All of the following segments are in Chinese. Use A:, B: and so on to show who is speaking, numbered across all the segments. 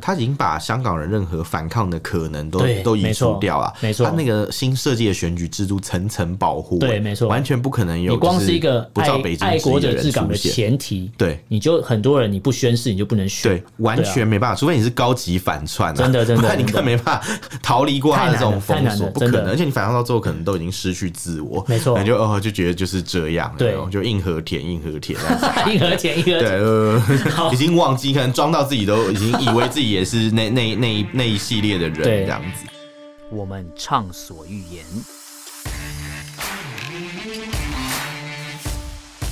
A: 他已经把香港人任何反抗的可能都
B: 对
A: 都移
B: 没错
A: 除掉了。啊
B: 没错
A: 他那个新设计的选举制度层层保护、
B: 对
A: 欸
B: 没错
A: 完全不可能有
B: 你光
A: 就是
B: 一个
A: 不
B: 爱
A: 照北京
B: 爱
A: 之意
B: 国者
A: 人
B: 治港
A: 出
B: 的
A: 现
B: 前提，
A: 对
B: 你就很多人你不宣誓你就不能选，
A: 对，完
B: 对啊
A: 全没办法，除非你是高级反串、啊，
B: 真的真的
A: 不然你
B: 真的
A: 根本没办法逃离过他的这种
B: 太
A: 封
B: 难了太
A: 锁，
B: 难了
A: 不可
B: 真
A: 能。
B: 的
A: 而且你反抗到最后，可能都已经失去自我，
B: 没错
A: 可能就哦就觉得就是这样，
B: 对
A: 有没有就硬和舔，硬和舔。这 样子
B: 一盒钱一盒
A: 对，
B: 钱，
A: 呃
B: 好
A: 已经忘记，可能装到自己都已经以为自己也是那那那一那一系列的人
B: 对
A: 这样子。
B: 我们畅所欲言，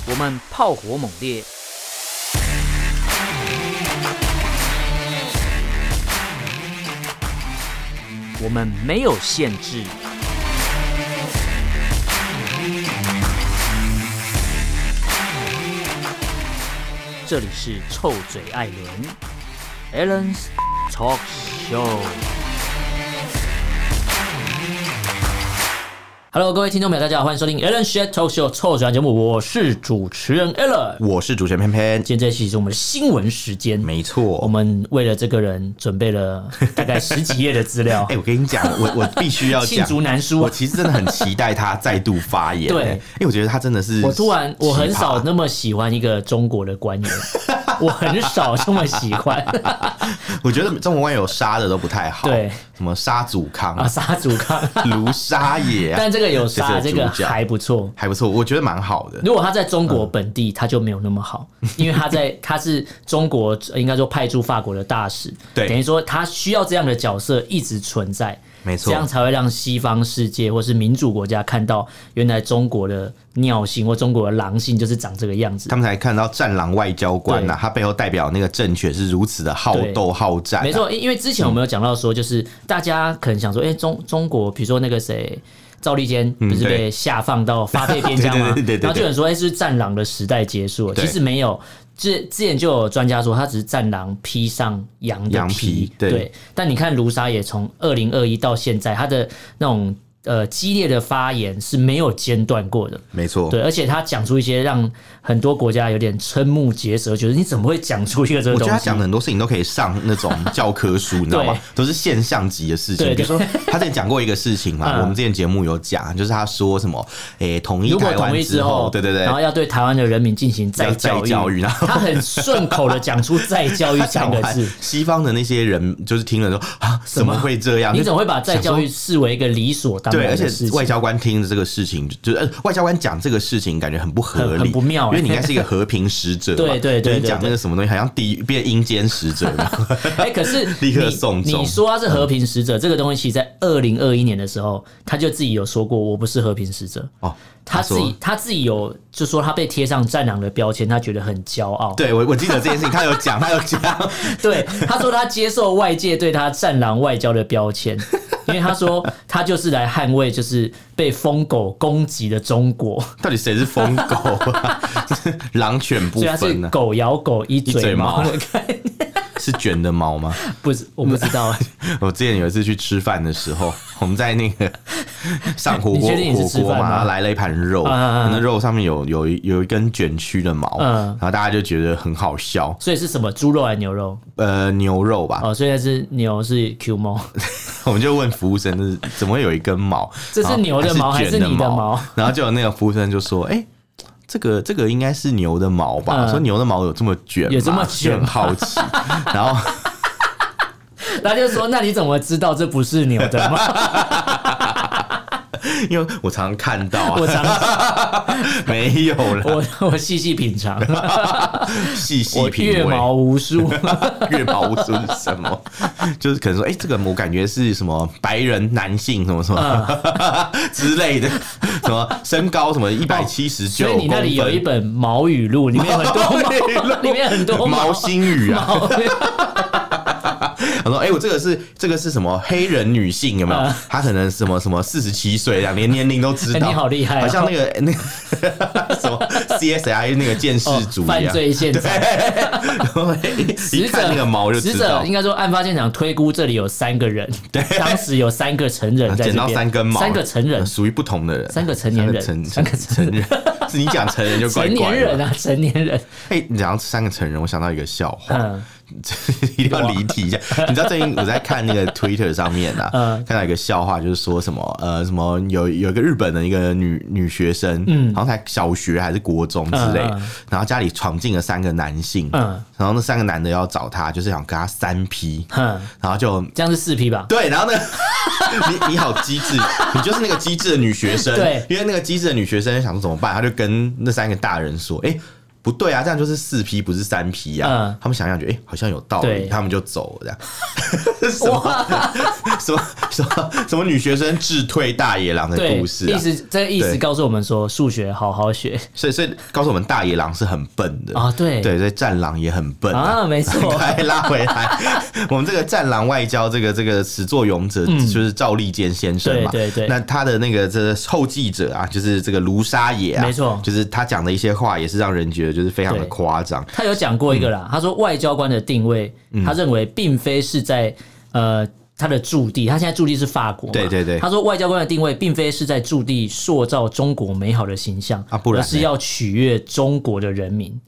B: 我们炮火猛烈，我们没有限制。这里是臭嘴艾伦，Allen's Talk Show。Hello，各位听众朋友，大家好，欢迎收听 Alan s h a t Talk Show 臭转节目，我是主持人 Alan。
A: 我是主持人偏偏，
B: 今天这一期是我们的新闻时间，
A: 没
B: 我
A: 错。
B: 们为了这个人准备了 大概十几页的资料。
A: 哎、我跟你讲，我我必须 要
B: 罄
A: 讲，
B: 竹难书啊
A: 我其实真的很期待他再度发言、
B: 对
A: 哎因为我觉得他真的是
B: 我突然，我很少
A: 奇葩
B: 那么喜欢一个中国的 官员，我很少这么喜欢
A: 我觉得中国网友杀的都不太好，
B: 对，
A: 什么杀祖康、
B: 啊， 沙祖康。
A: 卢沙野、啊，
B: 但这个有沙，
A: 这
B: 这
A: 是主
B: 个
A: 角
B: 还不错。
A: 还不错，我觉得蛮好的。
B: 如果他在中国本地，他就没有那 么好，因为他在他是中国呃应该说派驻法国的大使，
A: 对
B: 等于说他需要这样的角色一直存在，
A: 没错
B: 这样才会让西方世界或是民主国家看到原来中国的尿性或中国的狼性就是长这个样子
A: 他。们才看到战狼外交官呐、
B: 对
A: 他背后代表那个政权是如此的好斗好战、啊
B: 没，错，因因为之前我们有讲到说，就是大家可能想说，哎、中中国，比如说那个谁。赵立坚不是
A: 嗯对
B: 被下放到发配边疆吗
A: 对对对对对？对
B: 然后就有人说，哎、是不是战狼的时代结束了？
A: 对
B: 其实没有，之之前就有专家说，他只是战狼披上羊的
A: 羊
B: 皮。
A: 皮对
B: 但你看卢沙野从二零二一到现在，他的那种呃激烈的发言是没有间断过的。
A: 没错。
B: 对，而且他讲出一些让很多国家有点瞠目结舌，觉得你怎么会讲出一个这个
A: 我
B: 东
A: 觉
B: 西？
A: 得他讲的很多事情都可以上那种教科 书，你知道吗
B: 对？
A: 都是现象级的事情。
B: 对
A: 比如说，他之前讲过一个事情嘛，
B: 嗯
A: 我们之前节目有讲，就是他说什么，诶、统一
B: 如果
A: 台
B: 统
A: 湾
B: 一之
A: 后，
B: 后，
A: 对对对
B: 然，后要对台湾的人民进行再
A: 要再
B: 教育，
A: 教育然后
B: 他很顺口的讲出“再教育
A: 他”
B: 三
A: 讲
B: 个
A: 完
B: 字。，
A: 西方的那些人就是听了说啊，怎么会这样？
B: 你
A: 就
B: 怎么会把再教育
A: 想
B: 视为一个理所当
A: 对，而
B: 然的事
A: 且外
B: 情？
A: 交官听着这个事情，就是、呃、外交官讲这个事情，感觉很不合
B: 很
A: 理，
B: 很不妙
A: 因为你
B: 欸
A: 应该是一个和平使者嘛，
B: 对对对
A: 就你
B: 对
A: 讲那
B: 对
A: 个什么东西，好像地狱变阴间使者嘛，
B: 哎，可是
A: 立刻
B: 你
A: 送终
B: 你说他是和平使者，这个东西其实在二零二一年的时候，他就自己有说过，我不是和平使者。
A: 哦，
B: 他自
A: 说
B: 己他自己有就说他被贴上战狼的标签，他觉得很骄傲。
A: 对我我记得这件事情，他有讲，他有讲，
B: 对，他说他接受外界对他“战狼外交”的 标签，因为他说他就是来捍卫就是被疯狗攻击的中国，
A: 到底谁是疯狗啊？ 狼犬不
B: 所以他是
A: 分呢、啊
B: 狗咬狗一
A: 一嘴
B: 嘴毛
A: 毛
B: 的概念。
A: 是卷的毛吗？
B: 不是，我不知道。
A: 我之前有一次去吃饭的时候，我们在那 个上火
B: 你
A: 锅
B: 确定你是
A: 火
B: 吃
A: 锅
B: 饭
A: 嘛，
B: 吗
A: 然后来了一盘肉，
B: 嗯嗯嗯
A: 那肉上面有有一有一根卷曲的毛，
B: 嗯
A: 然后大家就觉得很好笑，
B: 所以是什么猪肉还是牛肉？
A: 呃，牛肉吧，
B: 哦，所以那只牛是 Q 毛，
A: 我们就问服务生，这是怎么会有一根毛？
B: 这是牛的毛
A: 然后
B: 还是
A: 哦卷的
B: 你的
A: 毛
B: 毛？
A: 然后就有那个服务生就说：“哎、这个这个应该是牛的毛吧？
B: 嗯
A: 说牛的毛有这么卷吗，
B: 有这么卷
A: 就很好奇。然后
B: 他就说：“那你怎么知道这不是牛的 毛
A: 因为我常常看到、？”
B: 我
A: 啊，
B: 常
A: 没有了，
B: 我我细细 品尝，
A: 细细
B: 我
A: 品味。
B: 阅毛无数。
A: 月毛是什么？就是可能说，哎、这个我感觉是什么白人男性什么什么、
B: 嗯
A: 之类的，什么身高什么一百七十九，
B: 所以你那里有一本毛语录，里面有很 多
A: 毛语录
B: 毛， 里面很多
A: 毛星语啊，
B: 毛
A: 他说：“哎、我这个是这个是什么黑人女性有没有？
B: 嗯
A: 她可能什么什么四十七岁，两连年龄都知道。
B: 哎你好厉害哦
A: 好像那个 那个什么 CSI 那个监视组一
B: 哦犯
A: 样。
B: 罪现场。
A: 然后一
B: 死
A: 一看那
B: 者
A: 个毛就
B: 死
A: 知
B: 者
A: 道
B: 应。该说，案发现场推估这里有三个 人，当时有三个成人在这
A: 啊捡到
B: 边，
A: 三根毛，
B: 三个成人，
A: 属于不同的人，
B: 三个成年人
A: 三个成成
B: 三个
A: 人， 是你讲成人就怪
B: 成
A: 呃怪
B: 年人
A: 的。
B: 啊，成年人，
A: 哎，你讲到三个成人，我想到一个笑话，
B: 嗯，
A: 一定要离题一下。你知道最近我在看那个 Twitter 上面啊，
B: 啊嗯
A: 看到一个笑话，就是说什么呃什么有有一个日本的一个女女学生，嗯，好像才小学还是国中之类，
B: 嗯嗯
A: 然后家里闯进了三个男性，
B: 嗯
A: 然后那三个男的要找她，就是想跟她三 P，
B: 哼，
A: 然后就
B: 嗯这样是四批吧？
A: 对，然后呢， 你你好机智，你就是那个机智的女学生。
B: 对
A: 因为那个机智的女学生想说怎么办，她就跟那三个大人说：“哎、不对啊，这样就是四批不是三批啊。
B: 嗯
A: 他们想想觉得哎、诶好像有道
B: 对
A: 理，他们就走了这样。 什么什么什么什么女学生智退大野狼的
B: 对，
A: 故事
B: 意
A: 啊？
B: 思这个意思
A: 对
B: 告诉我们说，数学好好学
A: 所以所以告诉我们大野狼是很笨的
B: 啊，对
A: 对，所以战狼也很笨啊
B: 啊，没 错，
A: 来拉回来， 我们这个《战狼外交》这个这个始作俑者就是赵立坚先生嘛，
B: 嗯对对对
A: 那他的那个这个后继者啊，就是这个卢沙野啊，
B: 没错
A: 就是他讲的一些话也是让人觉得就是非常的
B: 对
A: 夸张。
B: 他有讲过一个啦，
A: 嗯
B: 他说外交官的定位，他认为并非是在呃。他的驻地，他现在驻地是法国嘛。
A: 对对对
B: 他说，外交官的定位并非是在驻地塑造中国美好的形象
A: 啊不然
B: 而是
A: 呢
B: 要取悦中国的人民。
A: 诶嗯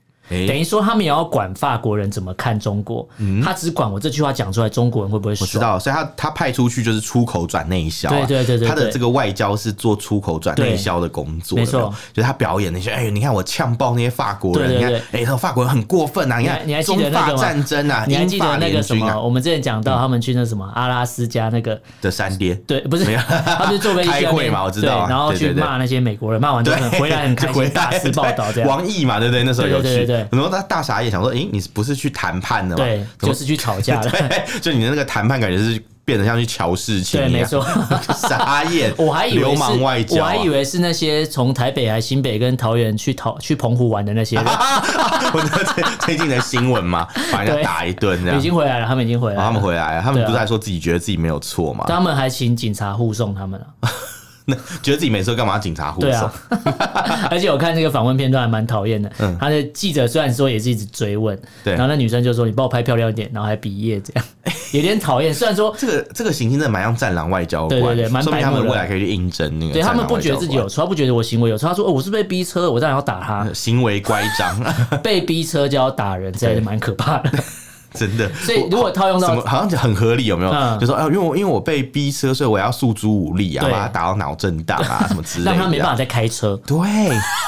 B: 等于说，他们也要管法国人怎么看中国。他只管我这句话讲出来，中国人会不会
A: 我知
B: 爽？
A: 道，所以他他派出去就是出口转内销、啊，
B: 对对对对
A: 他的
B: 对
A: 这个外交是做出口转内销的工作，
B: 对没
A: 有有
B: 错，
A: 就是他表演那些，哎、你看我呛爆那些法国人，
B: 对对对
A: 你看，哎、那法国人很过分啊，你看
B: 你还记
A: 中
B: 得那
A: 法
B: 个吗
A: 战争啊，
B: 你还
A: 英
B: 记
A: 法
B: 得那
A: 联
B: 个什
A: 军
B: 么？
A: 啊
B: 我们之前讲到他们去那什么阿拉斯加那个，
A: 的三爹。
B: 对，不是，他不是坐飞机去那边
A: 开会嘛我知道啊
B: 对然后
A: 对
B: 去
A: 对对
B: 骂那些美国人，骂完之
A: 对
B: 后，回来很开
A: 就回
B: 心，
A: 来
B: 大肆报道
A: 对
B: 这样。
A: 王毅嘛，对不对？那时候有去，
B: 对对对
A: 然后他大傻眼，想说：“诶，你不是去谈判的吗？
B: 对，
A: 怎
B: 就
A: 么
B: 是去吵架了。
A: 对，就你的那个谈判感觉是变得像去乔事情
B: 对，
A: 一
B: 没
A: 样，
B: 错。。
A: 傻眼
B: 我还以为
A: 流
B: 是
A: 氓外，交
B: 我
A: 啊、
B: 还 以为是那些从台北、还新北跟桃园去桃去澎湖玩的那些
A: 啊
B: 人，
A: 我知道最最近的新闻嘛，把人家
B: 对
A: 打一顿这样
B: 已。经回来了，他们已经回来
A: 然后他
B: 了
A: 们。回来了，他们
B: 对啊
A: 不是还说自己觉得自己没有错嘛？
B: 他们还请警察护送他们了，啊
A: 那觉得自己没错，干嘛要警察护
B: 对
A: 送嗯
B: 啊？， 而且我看这个访问片段还蛮讨厌的。他的记者虽然说也是一直追问，
A: 对
B: 然后那女生就说：“你帮我拍漂亮一点。”然后还比耶 这样，有点讨厌。虽然说
A: 这个这个行径真的蛮像战狼外交官，
B: 对对对蛮
A: 说明他
B: 白目
A: 们
B: 的
A: 未来可以去应征那个
B: 对
A: 战
B: 他
A: 狼外交官。
B: 们不觉得自己有错，他不觉得我行为有错。他说：“哦，我是被逼车的，我当然要打他，
A: 行为乖张，
B: 被逼车就要打人，这样就蛮可怕的。
A: 真的。”
B: 所以如果套用
A: 怎
B: 到
A: 么好像很合理，有没有？
B: 嗯
A: 就说啊，因为我因为我被逼车，所以我要诉诸武力啊，
B: 对
A: 把他打到脑震荡啊，什么之类的。
B: 让他没办法再开车。
A: 对，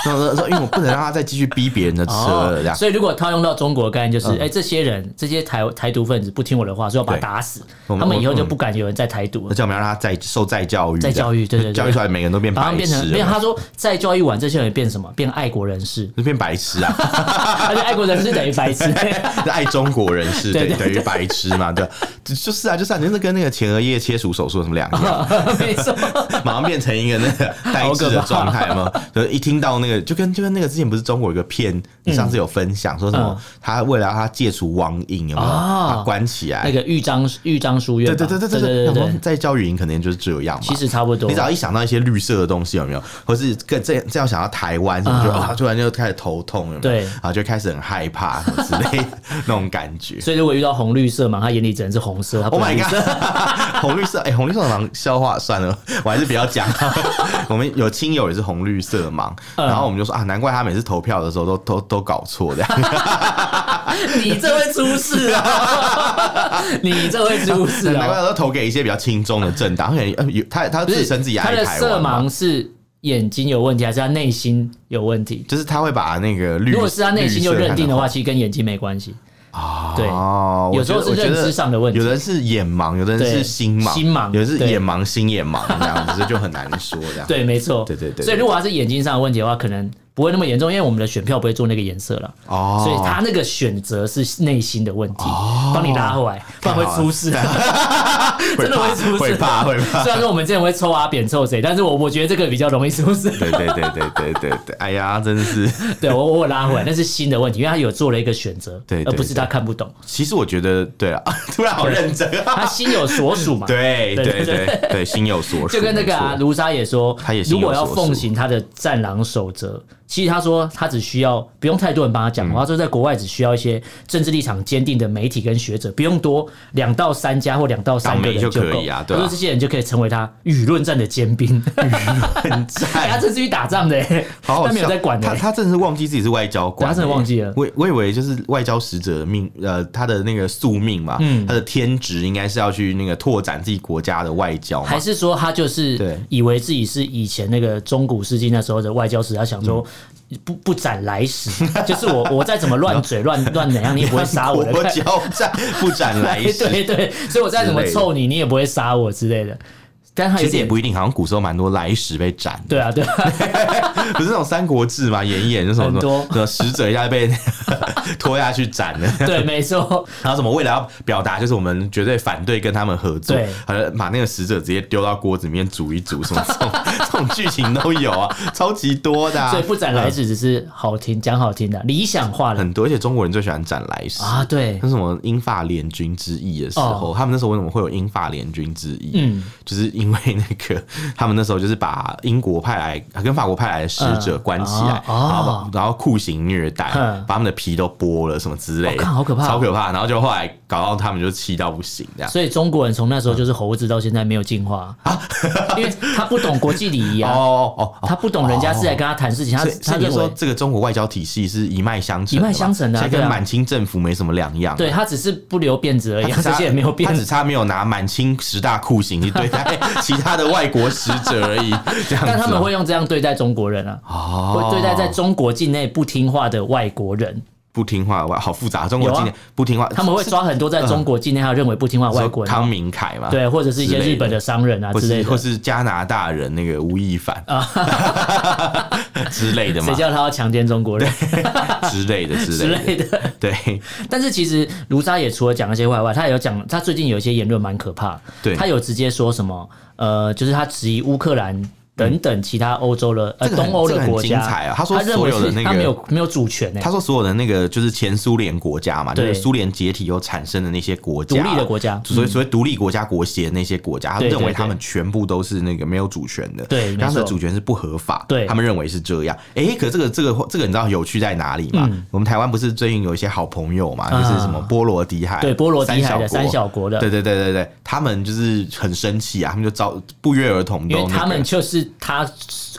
A: 然后说说，因为我不能让他再继续逼别人的车了，这样。
B: 哦
A: 嗯
B: 所以如果套用到中国的概念，就是哎、诶这些人这些台台独分子不听我的话，说要把他
A: 对
B: 打死，
A: 我
B: 他
A: 们
B: 们以后
A: 我
B: 就不敢有人再台独
A: 而
B: 了，
A: 且我们要让他再受再教育，
B: 再
A: 这样
B: 教育对对对
A: 教育出来每个人都变
B: 把他
A: 白
B: 们变成
A: 痴，
B: 没有。
A: 有没有
B: 他说再教育完这些人变什么？变爱国人士，
A: 就变白痴啊，
B: 而且爱国人士等于 白痴。
A: 是爱中国人士等
B: 对
A: 于
B: 对
A: 等于白痴嘛，对吧，就就是啊，就是啊，就是跟那个前额叶切除手术什么两样。
B: 没错，
A: 马上变成一个那个呆滞的状态嘛，就是一听到那个，就跟就跟那个之前不是中国有个片，你上次有分
B: 嗯
A: 享说什么，他为了让他戒除网瘾，有没有？
B: 哦
A: 他关起来
B: 那，个豫章豫章书
A: 对
B: 院吧，
A: 哎对对对
B: 对
A: 对
B: 对
A: 对
B: 对
A: 对，，在教育营可能就是这样嘛。
B: 其实差不多
A: 你只。要一想到一些绿色的东西，有没有？或是更这这样想到台湾什么，就
B: 啊
A: 啊，突然就开始头痛，有没有？
B: 对
A: 然后就开始很害怕什么之类 的那种感觉。
B: 所以如果遇到红绿色嘛，他眼里只能是红色，他不
A: Oh
B: 能
A: my
B: 绿色。
A: god！红 绿色，哎、红绿色盲笑话算了，我还是不要讲。 我们有亲友也是红绿色盲，
B: 嗯
A: 然后我们就说啊，难怪他每次投票的时候都都都搞错 的。
B: 你这会出事啊！你这会出事
A: 难怪
B: 啊！
A: 他都投给一些比较轻中的政党，而且呃有他他
B: 不
A: 自
B: 是
A: 称自己
B: 他
A: 爱
B: 的
A: 台
B: 色
A: 湾嘛
B: 盲，是眼睛有问题，还是他内心有问题？
A: 就是他会把那个绿，
B: 如果是他内心就
A: 绿色
B: 认定的
A: 看
B: 话，其实跟眼睛没关系。
A: 啊，
B: 对
A: 哦，我
B: 有时候
A: 觉得
B: 是
A: 我觉得
B: 认知上的问题
A: 有的人是眼盲，有的人
B: 对
A: 是心盲，
B: 心盲
A: 有的是
B: 对
A: 眼盲心眼盲这样 子，这就很难说这样。
B: 对，没错。
A: 对对对对
B: 所以如果他是眼睛上的问题的话，可能不会那么严重，因为我们的选票不会做那个颜色了。
A: 哦，
B: 所以他那个选择是内心的问题，帮你拉回来，不然会 出事。真的会出事，
A: 会怕会怕。
B: 虽然说我们之前会抽阿扁抽谁，但是我我觉得这个比较容易出事。
A: 对对对对对对对，哎呀，真的是。
B: 对我我有拉回来，那是新的问题，因为他有做了一个选择，
A: 对对
B: 而不是他看不懂，
A: 其实我觉得，对啊，突然好认真。
B: 他心有所属嘛。
A: 对
B: 对
A: 对
B: 对
A: 对对，心有所属。
B: 就跟那个啊
A: 没错
B: 卢、沙也说
A: 他也，心有
B: 如果要
A: 所属
B: 奉行他的战狼守则，其实他说他只需要不用太多人帮他讲
A: 嗯
B: 话，他说在国外只需要一些政治立场坚定的媒体跟学者，不用多，两到三家或两到三个人
A: 党媒就
B: 够。
A: 可以啊对
B: 他
A: 啊
B: 说这些人就可以成为他舆论战的尖兵。
A: 很
B: 哎他
A: 赞，
B: 这是去打仗的、欸，
A: 好好
B: 他没有
A: 笑
B: 在管的、
A: 他他真的是忘记自己是外交官、
B: 对他真的忘记了
A: 我我以为就是外交使者的命，呃，他的那个宿命嘛，他的天职应该是要去那个拓展自己国家的外交嘛
B: 还。是说他就是
A: 对
B: 以为自己是以前那个中古世纪那时候的外交史，他想
A: 嗯
B: 说不不斩来使， 就是我我再怎么乱嘴乱 乱怎样，你也不会杀 我的。
A: 国交战不斩来
B: 对
A: 使，
B: 对对，所以我再怎么凑你，你也不会杀我之类的。但他有
A: 其实也
B: 点
A: 不一定，好像古时候蛮多来使被斩，
B: 对啊对 啊，
A: 不是那种《三国志》嘛，演一演那种
B: 很
A: 什
B: 多
A: 么什么使者一下被拖下去斩了。
B: 对没错，
A: 然后什么为了要表达就是我们绝对反对跟他们合作
B: 对，
A: 好像把那个使者直接丢到锅子里面煮一煮，什 么这种这种剧情都有啊， 超级多的、啊
B: 所以。不斩来使只是好听讲好听的理想化了
A: 很多，而且中国人最喜欢斩来使
B: 啊，对哦
A: 那什么英法联军之役的时候，他们那时候为什么会有英法联军之役？
B: 嗯
A: 就是因为那个他们那时候就是把英国派来跟法国派来的使者
B: 嗯
A: 关起来，
B: 哦哦
A: 然后把然后酷刑虐待
B: 嗯，
A: 把他们的皮都剥了什么之类
B: 哦
A: 的，
B: 看好可怕哦
A: 超可怕。然后就后来搞到他们就气到不行这样。
B: 所以中国人从那时候就是猴子，到现在没有进化，因为他不懂国际礼仪啊。
A: 啊 哦哦哦，
B: 他不懂人家是来跟他谈事情，他
A: 所以所
B: 他
A: 以你
B: 认
A: 就说
B: 为
A: 这个中国外交体系是一脉相承的嘛，
B: 一脉相承的啊
A: 现在
B: 对
A: 跟
B: 啊
A: 满清政府没什么两样。哎
B: 对他只是不留辫子而
A: 他
B: 已，
A: 只
B: 他这
A: 差
B: 些也没有
A: 他
B: 辫
A: 只
B: 子。
A: 差没有拿满清十大酷刑去对待其他的外国使者而已，这样子。啊
B: 但他们会用这样对待中国人啊，
A: 哦，
B: 会对待在中国境内不听话的外国人，
A: 不听话，哇，好复杂。中国
B: 有啊
A: 今年不听话，
B: 他们会抓很多在中国境内他认为不听话的
A: 说
B: 外国人，
A: 康明凯嘛，
B: 对，或者是一些日本的商人啊
A: 或
B: 之
A: 是
B: 类
A: 或
B: 的。
A: 是加拿大人那个吴亦凡之类的
B: 谁
A: 嘛，
B: 叫他要强奸中国 人
A: 之类的之
B: 之
A: 类的，
B: 类的？
A: 对
B: 但是其实卢沙也除了讲那些坏话，他也有讲，他最近有一些言论蛮可怕的。
A: 对
B: 他有直接说什么，呃，就是他质疑乌克兰等等其他欧洲的、呃
A: 这个很
B: 东欧的国
A: 这个
B: 家，
A: 很精彩啊他说
B: 认为
A: 所有的那
B: 是
A: 个
B: 他没有没有主权欸呢、
A: 他说所有的那个就是前苏联国家嘛，就
B: 对
A: 是苏联解体又产生的那些国
B: 独
A: 家，
B: 立的国家嗯
A: 所以所谓独立国家国协那些国家，他
B: 对
A: 们
B: 对
A: 认为
B: 对
A: 他们全部都是那个没有主权的，
B: 对没错
A: 他们的主权是不合法，
B: 对
A: 他们认为是这样。诶，可这个这个这个你知道有趣在哪里吗？
B: 嗯
A: 我们台湾不是最近有一些好朋友嘛，就是什么波罗的海，
B: 对波罗的海的
A: 三
B: 三
A: 小
B: 小国的
A: 国，对，对对对对，他们就是很生气啊，他们就遭不约而同都
B: 因为
A: 那个
B: 他们就是他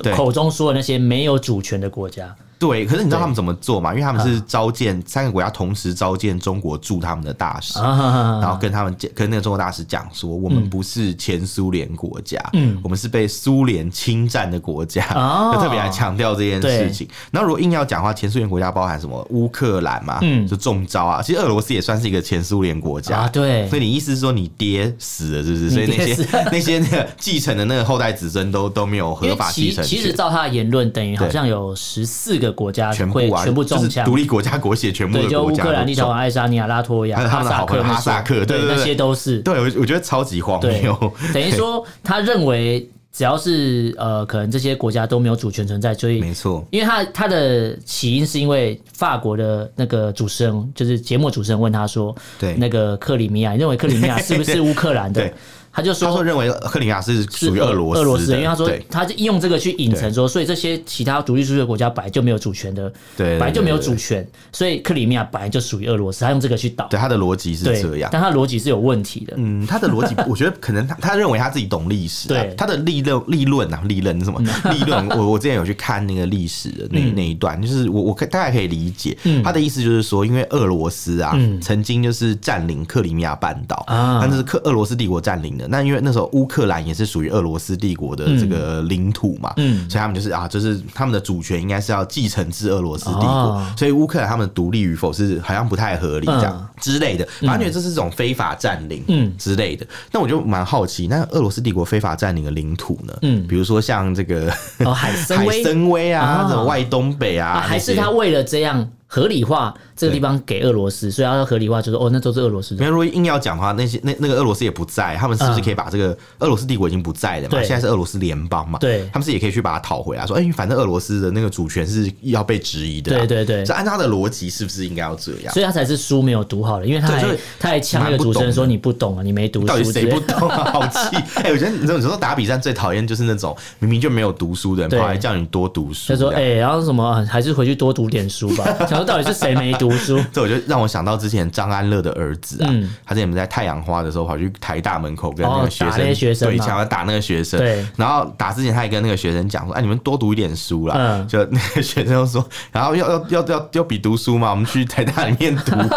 A: 对
B: 口中说的那些没有主权的国家，
A: 对，可是你知道他们怎么做吗？因为他们是召见、
B: 嗯
A: 三个国家同时召见中国驻他们的大使，
B: 啊
A: 然后跟他们见跟那个中国大使讲说，我
B: 嗯
A: 们不是前苏联国家，嗯，我们是被苏联侵占的国家，
B: 哦
A: 就特别来强调这件
B: 对
A: 事情。然后如果硬要讲的话，前苏联国家包含什么乌克兰嘛，
B: 嗯
A: 就中招啊。其实俄罗斯也算是一个前苏联国家。
B: 啊，对
A: 所以你意思是说你爹死了是不是？所以
B: 你
A: 那
B: 爹
A: 些 那些那个继承的那个后代子孙都都没有
B: 因
A: 合
B: 为
A: 法
B: 其
A: 继承
B: 其
A: 权
B: 实。照他的言论，等于好
A: 对
B: 像有十四个国家
A: 全部
B: 会
A: 啊，
B: 全部
A: 就
B: 中
A: 是
B: 枪，
A: 独立国家国协全部
B: 对，
A: 的
B: 就
A: 国
B: 乌
A: 家
B: 克兰、立
A: 都
B: 陶
A: 中
B: 宛、爱沙尼亚、拉脱
A: 还
B: 亚、
A: 有他
B: 哈
A: 们的
B: 萨
A: 好朋友
B: 克那些、
A: 哈萨克，对
B: 那
A: 对
B: 些都是。
A: 对，我我觉得超级荒
B: 对
A: 谬。
B: 等于说，他认为只要是呃，可能这些国家都没有主权存在，所以
A: 没错，
B: 因为他他的起因是因为法国的那个主持人，就是节目主持人问他说，
A: 对
B: 那个克里米亚，你认为克里米亚是不是乌克兰的
A: 对？
B: 他就
A: 他说
B: 说。
A: 认为克里米亚是
B: 是
A: 属于俄罗
B: 俄罗斯
A: 的，
B: 的，因为他说
A: 对
B: 他就用这个去引申说，所以这些其他独立出去的国家本来就没有主权的，
A: 对对
B: 本来就没有主
A: 对
B: 权，所以克里米亚本来就属于俄罗斯，他用这个去导，
A: 对他的逻辑是
B: 对，
A: 这样。
B: 但他逻辑是有问题的，
A: 嗯，他的逻 辑，我觉得可能他他认为他自己懂历史、啊
B: 对，嗯
A: 他的立论立论啊，立论是什么？立论，我我之前有去看那个历史的那、那一段，就是我我可大概可以理解、
B: 嗯
A: 他的意思，就是说，因为俄罗斯啊，曾经就是占领克里米亚半岛，
B: 啊
A: 但是克俄罗斯帝国占领的，那因为那时候乌克兰也是属于俄罗斯帝国的这个领土嘛，
B: 嗯
A: 所以他们就是啊，就是他们的主权应该是要继承至俄罗斯帝国，
B: 哦
A: 所以乌克兰他们独立与否是好像不太合理这样。
B: 嗯
A: 之类的，反正觉得这是一种非法占领，
B: 嗯
A: 嗯之类的。那我就蛮好奇，那俄罗斯帝国非法占领的领土呢？
B: 嗯
A: 嗯，比如说像这个
B: 哦，海参
A: 海
B: 崴
A: 参崴啊
B: 啊，
A: 这种外东北啊
B: 啊，，还是
A: 那些
B: 他为了这样合理化这个地方给俄罗斯，所以他要合理化就是哦，那都是俄罗斯
A: 没
B: 的。
A: 有，如果硬要讲的话，那些那那个俄罗斯也不在，他们是不是
B: 嗯
A: 可以把这个俄罗斯帝国已经不在了嘛？
B: 对
A: 现在是俄罗斯联邦嘛？
B: 对
A: 他们是也可以去把它讨回来，说，哎、反正俄罗斯的那个主权是要被质疑的啊、
B: 对对对
A: 这按他的逻辑，是不是应该要这样？
B: 所以他才是书没有读好的，因为他
A: 对
B: 还
A: 就是
B: 他还呛那个主持人说你不懂啊，你没读
A: 到底
B: 书之
A: 谁
B: 类
A: 不
B: 的。
A: 懂 啊？好 气！哎、我觉得你这种你说打比战最讨厌就是那种明明就没有读书的人，
B: 对
A: 跑来叫你多读书。
B: 他说：“
A: 这
B: 哎、
A: 样
B: 然后什么，啊还是回去多读点书吧。” 想说到底是谁没读书？
A: 这我就让我想到之前张安乐的儿子啊，
B: 嗯
A: 他之前在太阳花的时候跑去台大门口跟那
B: 哦
A: 个学
B: 打那些学生
A: 对
B: 嘛
A: 枪，要打那个学生，
B: 对
A: 然后打之前他还跟那个学生讲说，哎，你们多读一点书啦，
B: 嗯
A: 就那个学生就说， 然后要要要要要比读书嘛，我们去台大里面读啊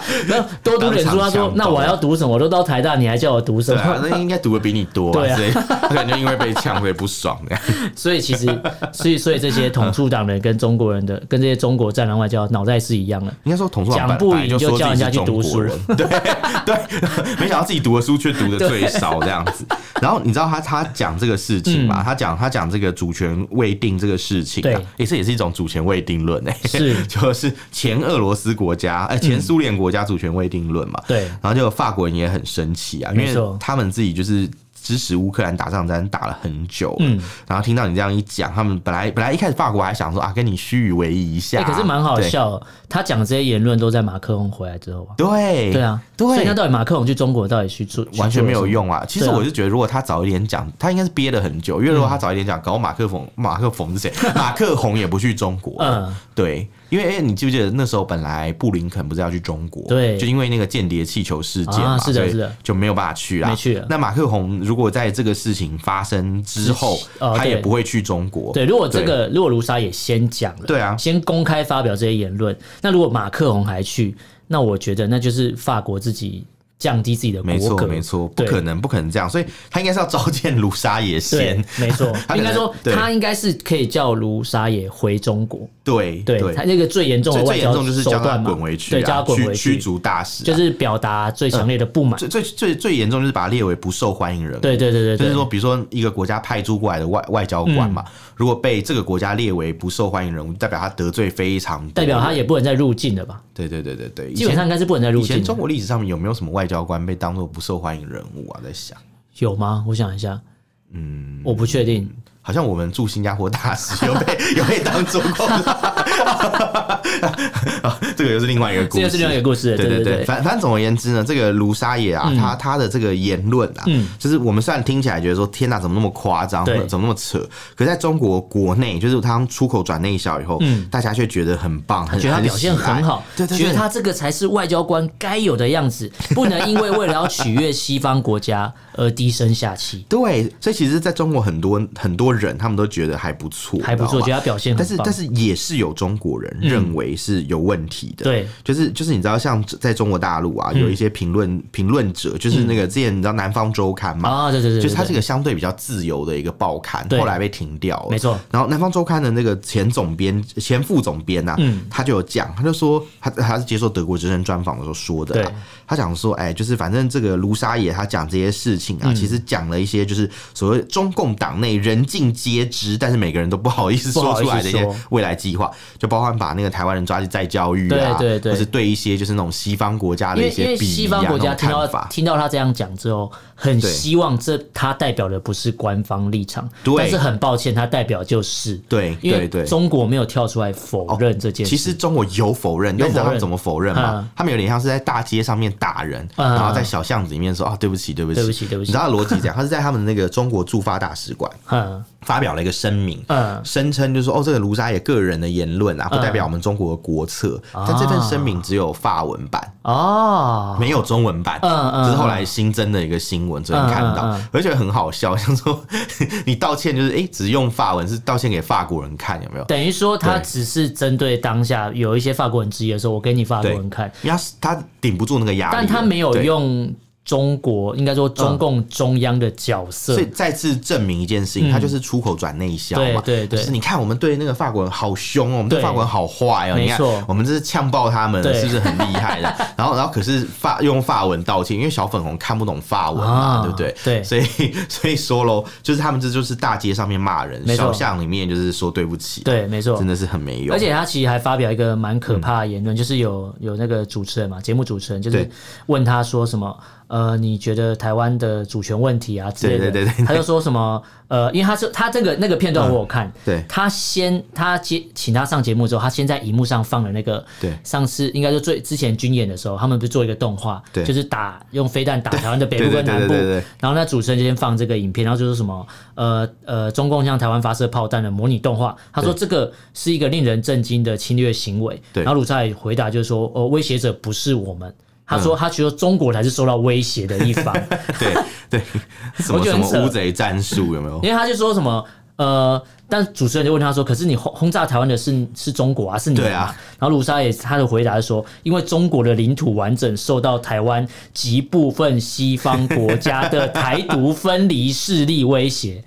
A: 吧，
B: 那多读点书。他说：“那我还要读什么？我都到台大，你还叫我读什
A: 对
B: 么？”
A: 啊，那应该读的比你多、
B: 对啊
A: 所以他可能就因为被呛所以不爽这样，
B: 所以其实，所以所以这些统促党人跟中国人的， 跟这些中国战狼外交脑袋是一样的。
A: 应该说统硕
B: 讲
A: 本
B: 不
A: 本来
B: 赢
A: 就
B: 就
A: 说
B: 叫
A: 自己
B: 人
A: 是
B: 家
A: 中
B: 去读
A: 国
B: 书
A: 人， 对对，没想到自己读的书却读的最少这样子。然后你知道他他讲这个事情嘛？他讲他讲这个主权未定这个事情啊
B: 嗯对，
A: 也是也是一种主权未定论哎，
B: 是 嗯
A: 就是前俄罗斯国家哎前苏联国家主权未定论嘛。
B: 对
A: 然后就法国人也很生气啊，因为
B: 没错
A: 他们自己就是。支持乌克兰打仗战打了很久，嗯
B: 嗯，
A: 然后听到你这样一讲，他们本来本来一开始法国还想说啊，跟你虚与委蛇一下
B: 欸
A: 啊，
B: 可是蛮好
A: 对
B: 笑的，他讲这些言论都在马克龙回来之后啊。
A: 对
B: 对啊，所以
A: 哎对
B: 那，到底马克龙去中国到底去做
A: 完全没有？
B: 去做了什么
A: 用啊！其实
B: 对啊嗯
A: 我是觉得，如果他早一点讲，他应该是憋了很久，因为如果他早一点讲，搞马克冯 马克冯是 谁？马克宏也不去中国。
B: 嗯，
A: 对，因为哎，你记不记得那时候本来布林肯不是要去中国？
B: 对
A: 就因为那个间谍气球事件嘛，
B: 啊是的
A: 所以
B: 是的
A: 就没有办法去啦。
B: 没去了
A: 那马克宏如果在这个事情发生之后，
B: 哦
A: 他也
B: 对
A: 不会去中国。
B: 对，如果这个如果卢沙也先讲了，
A: 对啊
B: 先公开发表这些言论，那如果马克龙还去，那我觉得那就是法国自己降低自己的
A: 没
B: 国
A: 错
B: 格，
A: 没错，不
B: 对
A: 可能不可能这样，所以他应该是要召见卢沙野
B: 对
A: 先。，
B: 没错
A: 他可能，
B: 应该说
A: 对
B: 他应该是可以叫卢沙野回中国，
A: 对
B: 对他那个最严重
A: 最
B: 的
A: 最
B: 外
A: 严
B: 交
A: 重就是
B: 手
A: 叫他
B: 段嘛，
A: 滚回去、啊，
B: 对，叫他滚
A: 驱
B: 回
A: 驱
B: 去，
A: 逐大使、啊，
B: 就是表达最强烈的不满。
A: 最最最最严重就是把他列为不受欢迎人。
B: 对对对对
A: 就
B: 对，嗯
A: 是说，比如说一个国家派驻过来的外外交官嘛，如果被这个国家列为不受欢迎人物，代表他得罪非常多
B: 代表他也不能再入境了吧？
A: 对对对对对，以
B: 基本
A: 前
B: 上应该是不能再入
A: 以前
B: 境
A: 中
B: 了，
A: 国历史上面有没有什么外交官被当做不受欢迎人物啊？在想，
B: 有吗？我想一下，嗯，我不确定。
A: 好像我们驻新加坡大使有被 有被当做过， 这个又是另外一个故
B: 这
A: 事，
B: 又是另外一个故事，
A: 对
B: 对
A: 对，
B: 对，嗯
A: 反反正总而言之呢，这个卢沙野啊，他他的这个言论啊，就是我们虽然听起来觉得说天哪，怎么那么夸张，
B: 对
A: 怎么那么扯，可在中国国内，就是他出口转内销以后，
B: 嗯
A: 大家却觉得很棒，很
B: 觉得他表现
A: 喜爱
B: 很好，
A: 对对
B: 觉
A: 对，
B: 得他这个才是外交官该有的样子，不能因为为了要取悦西方国家而低声下气，
A: 对，所以其实在中国很多很多人，他们都觉得还不错，
B: 还不错，
A: 你知
B: 觉
A: 道吗
B: 得他表现
A: 但
B: 很
A: 是
B: 棒嗯
A: 但。是也是有中国人认为是有问题的，
B: 对，
A: 就是就是你知道像在中国大陆啊，有一些评论评论者，就是那
B: 嗯
A: 个之前你知道南方周刊嘛，
B: 啊，对对对，
A: 就是它
B: 对
A: 是一个相对比较自由的一个报刊，
B: 对
A: 后来被停掉了。
B: 没错。
A: 然后《南方周刊》的那个前总编、前副总编呐、
B: 嗯
A: 他就有讲，他就说他他是接受德国之声专访的时候说的啊、
B: 对
A: 他讲说，哎，就是反正这个卢沙野他讲这些事情
B: 嗯
A: 啊，其实讲了一些就是所谓中共党内人尽皆知，但是每个人都不好意思
B: 不
A: 说
B: 好意
A: 出
B: 思
A: 来的一些
B: 说
A: 未来计划，就包含把那个台湾人抓去再教育啊，
B: 对对对
A: 或是对一些就是那种西方国家
B: 因
A: 的一
B: 为因
A: 些
B: 为
A: 鄙夷啊
B: 西方国
A: 那
B: 家
A: 种
B: 听到
A: 看法，
B: 听到他这样讲之后，很
A: 对
B: 希望这他代表的不是官方立场，
A: 对
B: 但是很抱歉，他代表就是，
A: 对
B: 因为
A: 对对。
B: 中国没有跳出来否认这件事。
A: 其实中国有否认，但你知道他们怎么否认吗？
B: 嗯
A: 他们有点像是在大街上面打人，
B: 嗯
A: 然后在小巷子里面说啊，对不起，对不起，
B: 对不起对不起
A: 你知道他逻辑是这 样，他是在他们那个中国驻法大使馆
B: 嗯
A: 发表了一个声明。
B: 嗯，
A: 声称就是说，哦，这个卢沙野个人的言论啊，不
B: 嗯
A: 代表我们中国的国策。
B: 啊
A: 但这份声明只有法文版，
B: 哦，
A: 没有中文版，
B: 嗯嗯
A: 这是后来新增的一个新闻，昨天看到，
B: 嗯嗯嗯
A: 而且很好笑，像说 你道歉就是，哎、只用法文，是道歉给法国人看，有没有？
B: 等于说他
A: 对
B: 只是针对当下有一些法国人质疑的时候，我给你法国人看，
A: 因为他他顶不住那个压力了，
B: 但他没有
A: 对
B: 用中国应该说中共中央的角色
A: 所以。再次证明一件事情，它就是出口转内销嘛。
B: 嗯对对对
A: 就是你看我们对那个法国人好凶哦，我们对
B: 对
A: 法国人好坏哦，
B: 没
A: 你看
B: 错
A: 我们这是呛爆他们，
B: 对
A: 是不是很厉害 的？然后然后可是法用法文道歉，因为小粉红看不懂法文嘛，
B: 啊
A: 对不对？
B: 对
A: 所以 所以说喽，就是他们这就是大街上面骂人，
B: 没错
A: 小巷里面就是说对不起，，啊
B: 对，没错
A: 真。的是很没用。
B: 而且他其实还发表一个蛮可怕的言论，就是有有那个主持人嘛，节目主持人就是
A: 对
B: 问他说什么，呃，你觉得台湾的主权问题啊之类的，
A: 对对对对嗯
B: 他就说什么，呃，因为他是他这个那个片段我有看，
A: 对
B: 他先他接请他上节目之后，他先在荧幕上放了那个，
A: 对
B: 上次应该就最之前军演的时候，他们不是做一个动画，
A: 对
B: 就是打用飞弹打台湾的北部
A: 对对
B: 跟南部
A: 对对对对，
B: 然后那主持人就先放这个影片，然后就是什么呃呃，中共向台湾发射炮弹的模拟动画，他说这个是一个令人震惊的侵略行为，
A: 对
B: 然后鲁塞尔回答就是说，呃，威胁者不是我们。他
A: 嗯
B: 说：“他觉得中国才是受到威胁的一方，
A: 对对，什么
B: 我
A: 什
B: 觉得很扯
A: 么乌贼战术有没有？
B: 因为他就说什么呃，但主持人就问他说，可是你轰轰炸台湾的是是中国啊，是你们
A: 对啊
B: 然后卢沙也他的回答是说，因为中国的领土完整受到台湾及部分西方国家的台独分离势力 威胁。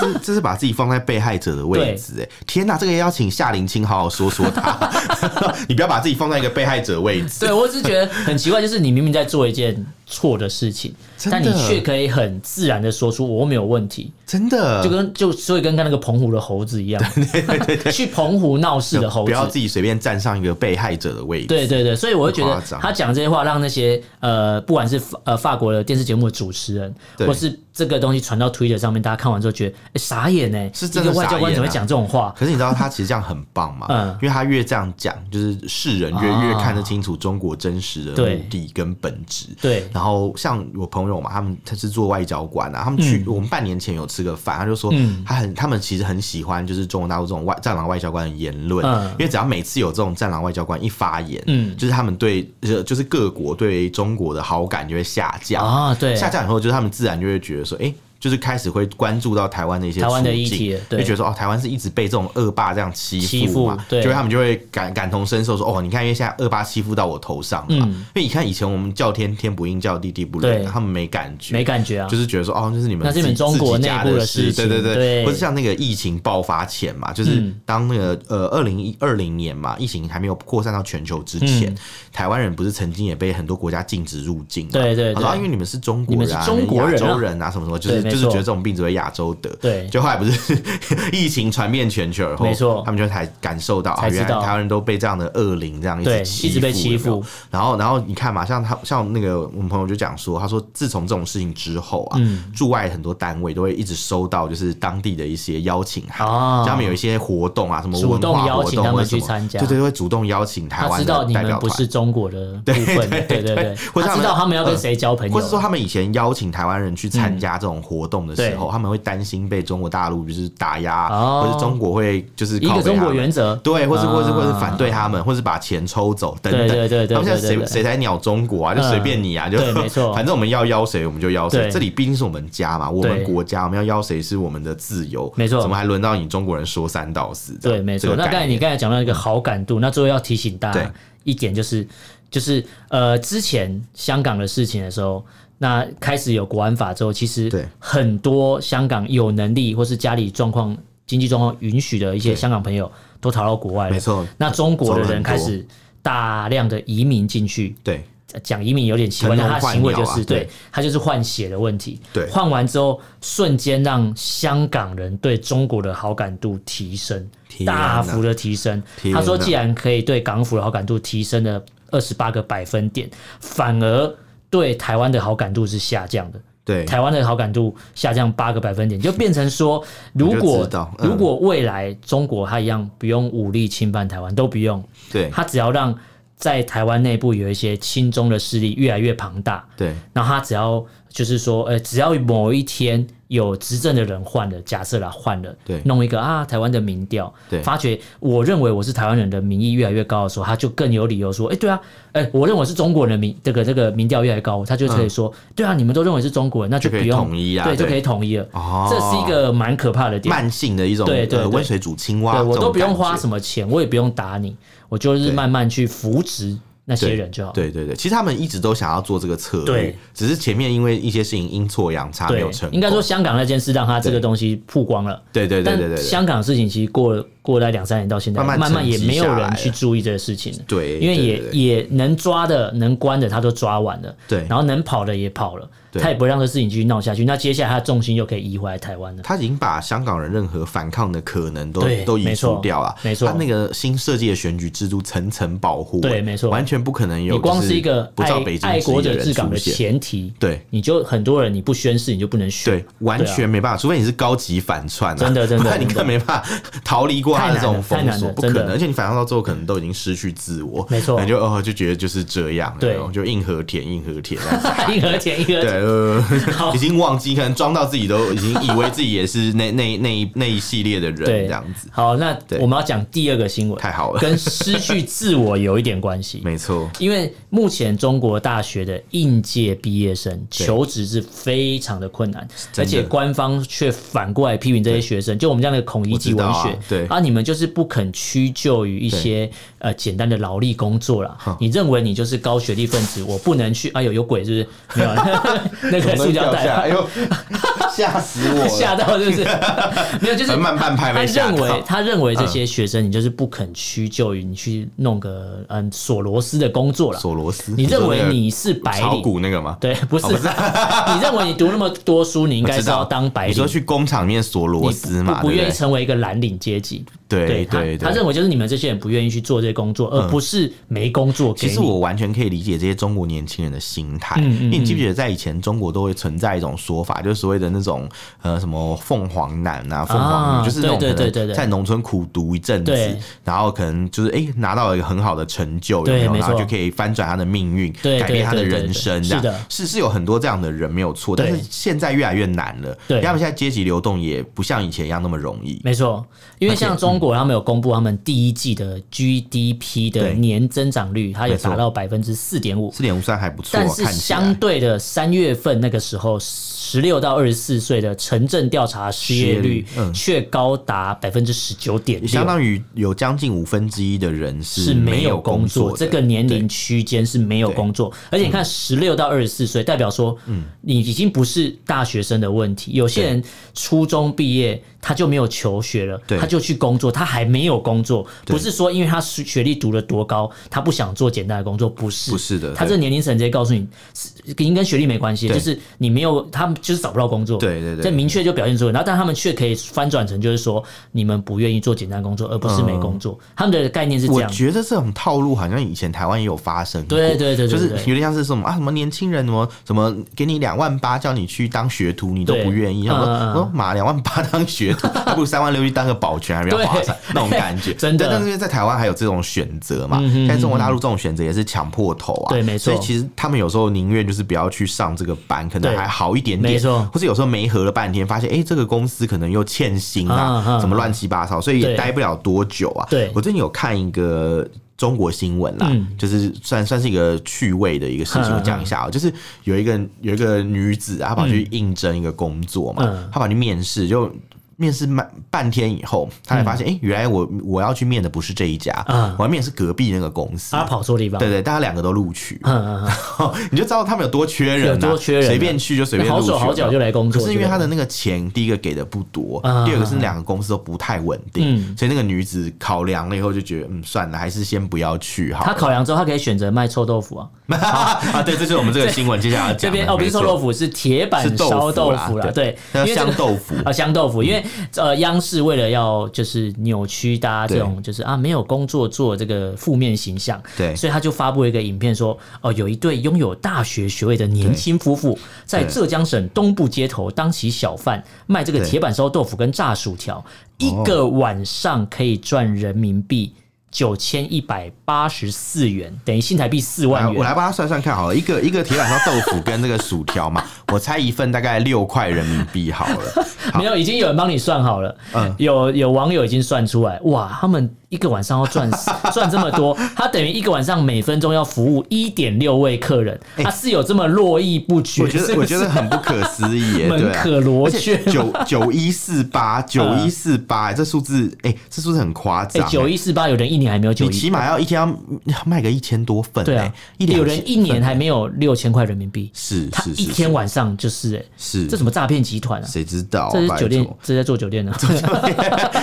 A: 这这是把自己放在被害者的位置、哎，天哪，这个要请夏林清好好说说他， 你不要把自己放在一个被害者位置。
B: 对我只是觉得很奇怪，就是你明明在做一件错的事情，
A: 真的
B: 但你却可以很自然的说出我没有问题，
A: 真的，
B: 就跟就所以跟看那个澎湖的猴子一样， 去澎湖闹事的猴
A: 不
B: 子，
A: 要自己随便站上一个被害者的位置。
B: 对对对，所以我会觉
A: 很
B: 得
A: 夸张
B: 他讲这些话，让那些呃，不管是法呃法国的电视节目的主持人，
A: 对
B: 或是这个东西传到 Twitter 上面，大家看完之后觉得、诶傻眼呢、
A: 是
B: 一
A: 真的
B: 个外交
A: 傻眼
B: 官
A: 啊
B: 怎么会讲这种话？
A: 可是你知道他其实这样很棒嘛？
B: 嗯
A: 因为他越这样讲，就是世人越、
B: 啊
A: 越看得清楚中国真实的
B: 对
A: 目的跟本质。
B: 对
A: 然后像我朋友嘛，他们他是做外交官啊，他
B: 嗯
A: 们去、我们半年前有吃个饭，他就说他很、他们其实很喜欢就是中国大陆这种外战狼外交官的言论，
B: 嗯
A: 因为只要每次有这种战狼外交官一发言，
B: 嗯
A: 就是他们对呃就是各国对中国的好感就会下降，
B: 啊，对，
A: 下降以后，就是他们自然就会觉得说，哎、就是开始会关注到台湾的一些
B: 台湾的
A: 处境
B: 议题了
A: 就
B: 对
A: 觉得说哦，台湾是一直被这种恶霸这样欺
B: 欺
A: 负
B: 负
A: 嘛，
B: 对
A: 就他们就会感感同身受说，哦，你看，因为现在恶霸欺负到我头上了嘛，
B: 嗯
A: 因为你看以前我们叫天天不应，叫地地不灵
B: 对，
A: 他们没感觉，
B: 没感觉啊，
A: 就是觉得说哦，就是你们
B: 那是你们
A: 自己
B: 中国
A: 自己家
B: 内部
A: 的
B: 的事情
A: 对对
B: 对
A: 不是像那个疫情爆发前嘛，就是
B: 嗯
A: 当那个呃二零一二零年嘛，疫情还没有扩散到全球之前，
B: 嗯
A: 台湾人不是曾经也被很多国家禁止入境嘛？
B: 对对
A: 他说、
B: 对
A: 啊因为你们是中国人、啊，
B: 你们是中国人啊
A: 亚洲人啊，什么什么，就是
B: 对没
A: 就是
B: 错
A: 觉得这种病只会亚洲得。
B: 对
A: 就后来不是 疫情传遍全球以后，
B: 没错
A: 他们就才感受到，啊
B: 才知
A: 原来
B: 道
A: 台湾人都被这样的恶灵这样一
B: 对
A: 直欺
B: 一直被欺
A: 负有没有
B: 负。
A: 然后，然后你看嘛，像他像那个我们朋友就讲说，他说自从这种事情之后啊，
B: 嗯
A: 驻外很多单位都会一直收到就是当地的一些邀请函，
B: 啊
A: 像他们有一些活动啊，什么文
B: 主动
A: 化
B: 邀
A: 活
B: 请
A: 动
B: 他
A: 或
B: 们
A: 者什
B: 去
A: 么，
B: 参加
A: 对对，会主动邀请台
B: 他
A: 湾
B: 知道
A: 的
B: 你
A: 代
B: 们
A: 表
B: 不
A: 团
B: 是。中国的部分，
A: 对
B: 对
A: 对
B: 对
A: 或，者他们呃
B: 他知道他们要跟谁交朋
A: 或者说，
B: 友，嗯
A: 他们以前邀请台湾人去参加这种活动的时候，他们会担心被中国大陆就是打压，
B: 哦
A: 或者中国会就是啊
B: 一
A: 拷
B: 个
A: 贝
B: 中
A: 他
B: 国
A: 们
B: 原则，
A: 对，或是或是或是
B: 啊
A: 反对他们，或是把钱抽走等等。
B: 对对对对
A: 他们现在
B: 对对
A: 谁
B: 对
A: 谁才鸟中国啊？就
B: 嗯
A: 随便你啊，就
B: 对没 错
A: 反正我们要邀谁我们就邀谁。
B: 对
A: 这里毕竟是我们家嘛，我们
B: 对
A: 国家，我们要邀谁是我们的自由，
B: 没错
A: 怎么还轮到你中国人说三道四这样？
B: 对，没
A: 这个
B: 错。那刚才
A: 概念
B: 你刚才讲到一个好感度，那最后要提醒大
A: 对
B: 家一点就是，就是呃，之前香港的事情的时候，那开始有国安法之后，其实
A: 对
B: 很多香港有能力或是家里状况、经济状况允许的一些香港朋友都逃到国外了
A: 没。错，
B: 那中国的人开
A: 走了很
B: 始大量的移民进去，
A: 对
B: 讲移民有点奇怪，
A: 腾笼
B: 但他的行为就
A: 换鸟
B: 是、
A: 啊对
B: 对他就是换血的问题。
A: 对
B: 换完之后，瞬间让香港人对中国的好感度提升，
A: 天啊哪
B: 大幅的提升。
A: 天哪
B: 他说，既然可以对港府的好感度提升了二十八个百分点，反而对台湾的好感度是下降的。
A: 对
B: 台湾的好感度下降八个百分点，就变成说， 如
A: 我就
B: 果
A: 知道嗯
B: 如果未来中国它一样不用武力侵犯台湾，都不用，
A: 对
B: 他只要让在台湾内部有一些亲中的势力越来越庞大，
A: 对
B: 然后他只要就是说，呃，只要某一天有执政的人换了，假设啦换了，
A: 对
B: 弄一个啊台湾的民调，
A: 对
B: 发觉我认为我是台湾人的民意越来越高的时候，他就更有理由说，哎、对啊，哎、我认为是中国人的民这个这个民调越来越高，他就可以说，对啊，你们都认为是中国人，那
A: 嗯就
B: 就不
A: 可以
B: 用
A: 统一啊对
B: 对，就可以统一了。
A: 哦
B: 这是一个蛮可怕的点，
A: 慢性的一种
B: 对对
A: 呃
B: 对
A: 温水煮青蛙，
B: 对我都不用花
A: 么。
B: 什么钱，我也不用打你，我就是
A: 对
B: 慢慢去扶植那些人就好。
A: 对对对，其实他们一直都想要做这个策略
B: 对，
A: 只是前面因为一些事情阴错阳差没
B: 对
A: 有成，功。
B: 应该说香港那件事让他这个
A: 对
B: 东西曝光了。
A: 对对对对对
B: 但
A: 对
B: 香港的事情其实过了过了两三年到现在，
A: 慢慢
B: 慢
A: 沉
B: 也
A: 积
B: 没有
A: 下来
B: 人
A: 了
B: 去注意这个事情了。
A: 对
B: 因为
A: 对
B: 也
A: 对对
B: 也能抓的、能关的他都抓完了，
A: 对
B: 然后能跑的也跑了，
A: 对
B: 他也不会让这事情继续闹下去。那接下来他的重心又可以移回来台湾了。
A: 他已经把香港人任何反抗的可能都
B: 对
A: 都移
B: 没
A: 除
B: 错
A: 掉啊，
B: 没错
A: 他那个新设计的选举制度层层保护，
B: 对没错
A: 完全不可能有
B: 你光
A: 就是
B: 一个
A: 不
B: 爱
A: 照北京
B: 爱国者
A: 治
B: 治港的
A: 出现，
B: 前提，
A: 对
B: 你就很多人你不宣誓你就不能选，
A: 对，完全没办法，除非你是高级反串啊，
B: 真的真的
A: 不然你根本没办法逃离过他的这种
B: 太
A: 封
B: 难了太
A: 锁，
B: 难了
A: 不可
B: 真
A: 能。
B: 的
A: 而且你反抗到最后，可能都已经失去自我，
B: 没错
A: 你就哦就觉得就是这样，
B: 对
A: 有没有就硬和舔硬和舔这 样子。
B: 一和田一和
A: 对，
B: 田，
A: 呃
B: 好
A: 已经忘记，可能装到自己都已经以为自己也是那 那那一那一系列的人
B: 对
A: 这样子，
B: 好，那
A: 对
B: 我们要讲第二个新闻，
A: 太好了，
B: 跟失去自我有一点关系。
A: 没错。
B: 因为目前中国大学的应届毕业生求职是非常的困难，
A: 真
B: 而
A: 的
B: 且官方却反过来批评这些学生，就我们这样的孔乙己文
A: 我知
B: 学，
A: 道啊对嗯
B: 啊，你们就是不肯屈就于一些呃简单的劳力工作啦。你认为你就是高学历分子，我不能去？哎呦，有鬼是不是？没有 啊，那个塑胶
A: 下，哎
B: 袋。啊
A: 呦， 吓死我
B: 吓
A: 了！
B: 到就是 没有，就是
A: 很慢半拍
B: 他
A: 被吓
B: 认为
A: 到。嗯
B: 他认为这些学生，你就是不肯屈就于你去弄个嗯索罗斯的工作了。
A: 索罗斯，
B: 你认
A: 说那
B: 为
A: 个
B: 你是白
A: 炒
B: 领？
A: 股那个吗？
B: 对，不是， 你认为你读那么多书，你应
A: 我
B: 该
A: 知
B: 是
A: 道
B: 要当白
A: 你
B: 领
A: 说。去工厂里面索
B: 你
A: 罗斯嘛，
B: 不不
A: 对
B: 愿意
A: 对？
B: 成为一个蓝领阶级，
A: 对
B: 他
A: 对嗯
B: 他认为就是你们这些人不愿意去做这些工作，而不是没工作给
A: 其
B: 你。
A: 实我完全可以理解这些中国年轻人的心态，
B: 嗯嗯
A: 因为你记不记得在以前中国都会存在一种说法，就是所谓的那种呃什么凤凰男啊、凤凰女，
B: 啊
A: 就是那种
B: 对对
A: 可能
B: 对对对
A: 在农村苦读一阵子
B: 对，
A: 然后可能就是哎、拿到了一个很好的成就，有
B: 对
A: 没有？
B: 没
A: 然
B: 错
A: 后就可以翻转他的命运，
B: 对
A: 改变他的
B: 对对对
A: 人生，
B: 对
A: 这样
B: 是的
A: 是是有很多这样的人没有错，但
B: 对
A: 是现在越来越难了，
B: 对
A: 因为他们现在阶级流动也不像以前一样那么容易。
B: 没错，因为像中国，他们有公布他们第一季的 GDP 的
A: 对
B: 年增长率，它有
A: 没错
B: 达到百分之四点五，
A: 四点五算还不错，
B: 但是
A: 看起来
B: 相对的，三月份那个时候，十六到二十四岁的城镇调查失
A: 失
B: 业率
A: 业率嗯
B: 却高达百分之十九点
A: 也相
B: 六，
A: 当于有将近五分之一的人是
B: 是没有工
A: 作的，
B: 作。
A: 嗯
B: 这个年龄区间是没有工作，而且你看十六到二十四岁，代表说，你已经不是大学生的问题。有些人初中毕业他就没有求学了
A: 对，
B: 他就去工作，他还没有工作，不是说因为他学历读得多高，他不想做简单的工作，不是，
A: 不是的
B: 他
A: 对
B: 这年龄层直接告诉你，是已经跟学历没关系，
A: 对
B: 就是你没有，他们就是找不到工作，
A: 对对对
B: 这明确就表现出来。然后，但他们却可以翻转成就是说，你们不愿意做简单工作，而不是
A: 嗯
B: 没工作。他们的概念是这
A: 我
B: 样，
A: 觉得这种套路好像以前台湾也有发生过，
B: 对对对对
A: 就是
B: 对对
A: 有点像是什么啊，什么年轻人什么什么，给你两万八叫你去当学徒，你都
B: 对
A: 不愿意，
B: 嗯
A: 然后说
B: 嗯嗯
A: 说妈两万八当学徒，还不如三万六去当个保全还比较划算，
B: 对
A: 那种感觉。
B: 真的嗯
A: 但但是因为在台湾还有这种选择嘛，在中国大陆这种选择也是强迫头啊，
B: 对没错
A: 所以其实他们有时候宁愿就是不要去上这个班，可能
B: 对
A: 还好一点点，
B: 没错
A: 或者有时候没合了半天，发现哎、这个公司可能又欠薪啊，
B: 嗯嗯
A: 什么乱七八糟，所以也
B: 对
A: 待不了多久啊。
B: 对
A: 我最近有看一个中国新闻啦，
B: 嗯
A: 就是算算是一个趣味的一个事情，
B: 嗯
A: 我讲一下啊、就是有一个有一个女子啊，她跑去应征一个工作嘛，
B: 嗯
A: 她跑去面试就。面试半半天以后，她才发现，哎、原来我我要去面的不是这一家，
B: 嗯
A: 我要面是隔壁那个公司。
B: 他跑错地方，
A: 对对，大家两个都录取，
B: 嗯嗯嗯，
A: 你就知道他们有多缺人、啊，
B: 有多缺人啊
A: 随便去就随便录
B: 好
A: 取
B: 手好脚
A: 了
B: 就来工作，
A: 可是因为他的那个钱，第一个给的不多，
B: 啊
A: 第二个是两个公司都不太稳定，
B: 嗯
A: 所以那个女子考量了以后就觉得，嗯，算了，还是先不要去好
B: 他
A: 了。
B: 考量之后，他可以选择卖臭豆腐啊，
A: 啊，对，这就是我们这个新闻接下来要
B: 这
A: 讲的。
B: 边哦不是
A: 没错
B: 臭豆，腐，是铁板
A: 是豆腐啦
B: 烧豆腐啦，
A: 对
B: 对，因
A: 那
B: 为这
A: 香
B: 个
A: 豆腐。 嗯
B: 啊，香豆腐，因为呃，央视为了要就是扭曲大家这种就是啊没有工作做这个负面形象，
A: 对
B: 所以他就发布了一个影片说，哦，有一对拥有大学学位的年轻夫妇在
A: 对
B: 浙江省东部街头当起小贩，卖这个
A: 对哦
B: 铁板烧豆腐跟炸薯条，一个晚上可以赚人民币。九千一百八十四元，等于新台币四
A: 来
B: 万
A: 啊我
B: 元。
A: 来帮他算算看好了，一 个一个铁板烧豆腐跟那个薯条嘛，我猜一份大概六块人民币好了，
B: 没有，已经有人帮你算好了。
A: 嗯
B: 有有网友已经算出来，哇，他们一个晚上要赚 赚这么多，他等于一个晚上每分钟要服务一点六位客人，他是有这么络绎不绝，
A: 哎我觉
B: 是
A: 得
B: 不
A: 我
B: 是
A: 觉得很不可思议 耶，
B: 门
A: 对啊
B: 可罗
A: 而且
B: 雀哎
A: 九九一四八九一四八，这数字哎，这数字很夸
B: 哎
A: 张，
B: 九。一四八有人一年还没有九
A: 你
B: 一，
A: 起码要一天要卖个一千多份，
B: 对啊
A: 哎，一两
B: 有人一年还没有六千块人民币，
A: 是
B: 他
A: 是是
B: 一天晚上就是哎，
A: 是
B: 这什么诈骗集团啊？
A: 谁知道啊？
B: 这是酒店
A: 拜托，
B: 这是在做酒店的啊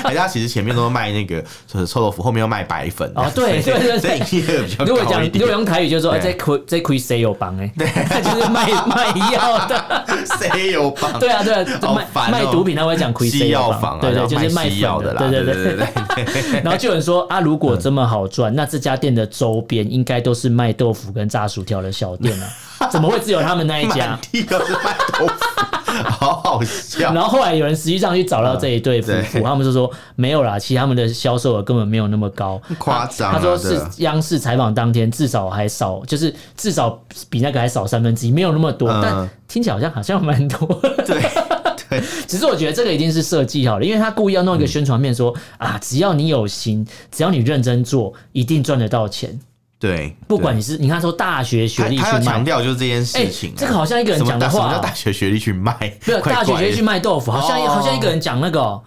A: 人家其实前面都卖那个呃臭豆腐，后面又卖白粉
B: 哦， 对对对
A: 所以
B: 对。
A: 营业额比较
B: 如果
A: 高
B: 讲
A: 一
B: 如果
A: 点。
B: 用台语，就说哎，
A: 对
B: 这亏这亏谁有帮哎，他 就是卖卖药的，
A: 谁有帮？
B: 对啊对啊，
A: 好
B: 卖
A: 烦哦
B: 卖毒品他会讲亏谁
A: 西
B: 有
A: 药
B: 帮
A: 房啊，
B: 对
A: 然
B: 对，
A: 后
B: 就是卖
A: 西药
B: 粉
A: 的啦，
B: 对
A: 对嗯
B: 对对。
A: 对对对。
B: 然后就有人说啊，如果这么好赚，那这家店的周边应该都是卖豆腐跟炸薯条的小店啊，怎么会只有他们那一家
A: 满？地都是 卖豆腐，好好笑。
B: 然后后来有人实际上去找到这一对夫
A: 嗯
B: 妇，
A: 对
B: 他们就说没有啦，其实他们的销售额根本没有那么高，
A: 夸张啊
B: 他他说
A: 对
B: 是
A: 啊
B: 央视采访当天至少还少，就是至少比那个还少三分之一，没有那么多，
A: 嗯
B: 但听起来好像好像蛮多。
A: 对对， 嗯
B: 只是我觉得这个一定是设计好的，因为他故意要弄一个宣传面说、啊，只要你有心，只要你认真做，一定赚得到钱。
A: 对，
B: 不管你是你看说大学学
A: 他
B: 历去
A: 他要强
B: 卖，
A: 调就是这件
B: 哎、
A: 事情啊。
B: 这个好像一个人
A: 什么
B: 讲
A: 大
B: 的
A: 什么
B: 话
A: 叫
B: 哦、
A: 大学学历去卖？
B: 没有
A: 怪
B: 大学
A: 怪
B: 学
A: 的
B: 历去。卖豆腐，好像、
A: 哦
B: 好像一个人讲那个哦、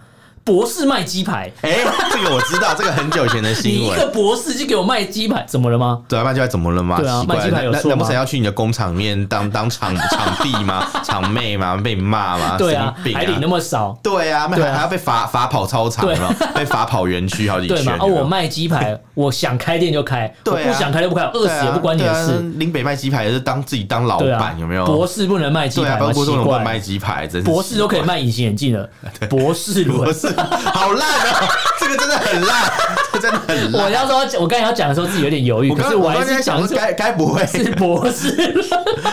B: 博士卖鸡排，
A: 哎，这个我知道，这个很久以前的
B: 你
A: 新
B: 一
A: 闻。
B: 个博士就给我卖鸡排，怎么了吗？
A: 对啊，卖鸡排怎么了嘛？
B: 对啊
A: 奇怪
B: 卖鸡排有
A: 那
B: 错吗
A: 难不成要去你的工厂里面当当场 场地吗？场妹吗？被你骂吗？
B: 对
A: 神
B: 啊
A: 经，病
B: 还领那
A: 啊！
B: 么少，
A: 对啊，卖
B: 对啊
A: 还要被罚罚跑操场
B: 对啊
A: 了，被罚跑园区好几
B: 对
A: 圈
B: 吗？。
A: 有
B: 哦，
A: 没有
B: 我卖鸡 排，我想开店就开，我
A: 对啊
B: 不想开就不开，饿
A: 对
B: 死
A: 啊
B: 也不关你的
A: 对啊
B: 事。
A: 林北卖鸡排也是当自己当老
B: 对啊
A: 板，，有没有？
B: 博士不能卖鸡
A: 对啊，
B: 排
A: 包
B: 吗？
A: 括这
B: 奇
A: 种
B: 怪，
A: 卖鸡排，真是
B: 博士都可以卖隐形眼镜了，博士
A: 博
B: 伦。
A: 士好烂
B: 哦
A: 啊！ 这个真的很烂，这真的很
B: 我
A: 烂。
B: 要说，我刚才要讲的时候自己有点犹豫，
A: 我
B: 可
A: 刚
B: 是我
A: 我
B: 还
A: 刚才
B: 是
A: 想说
B: 讲出
A: 该该不会
B: 是博士伦。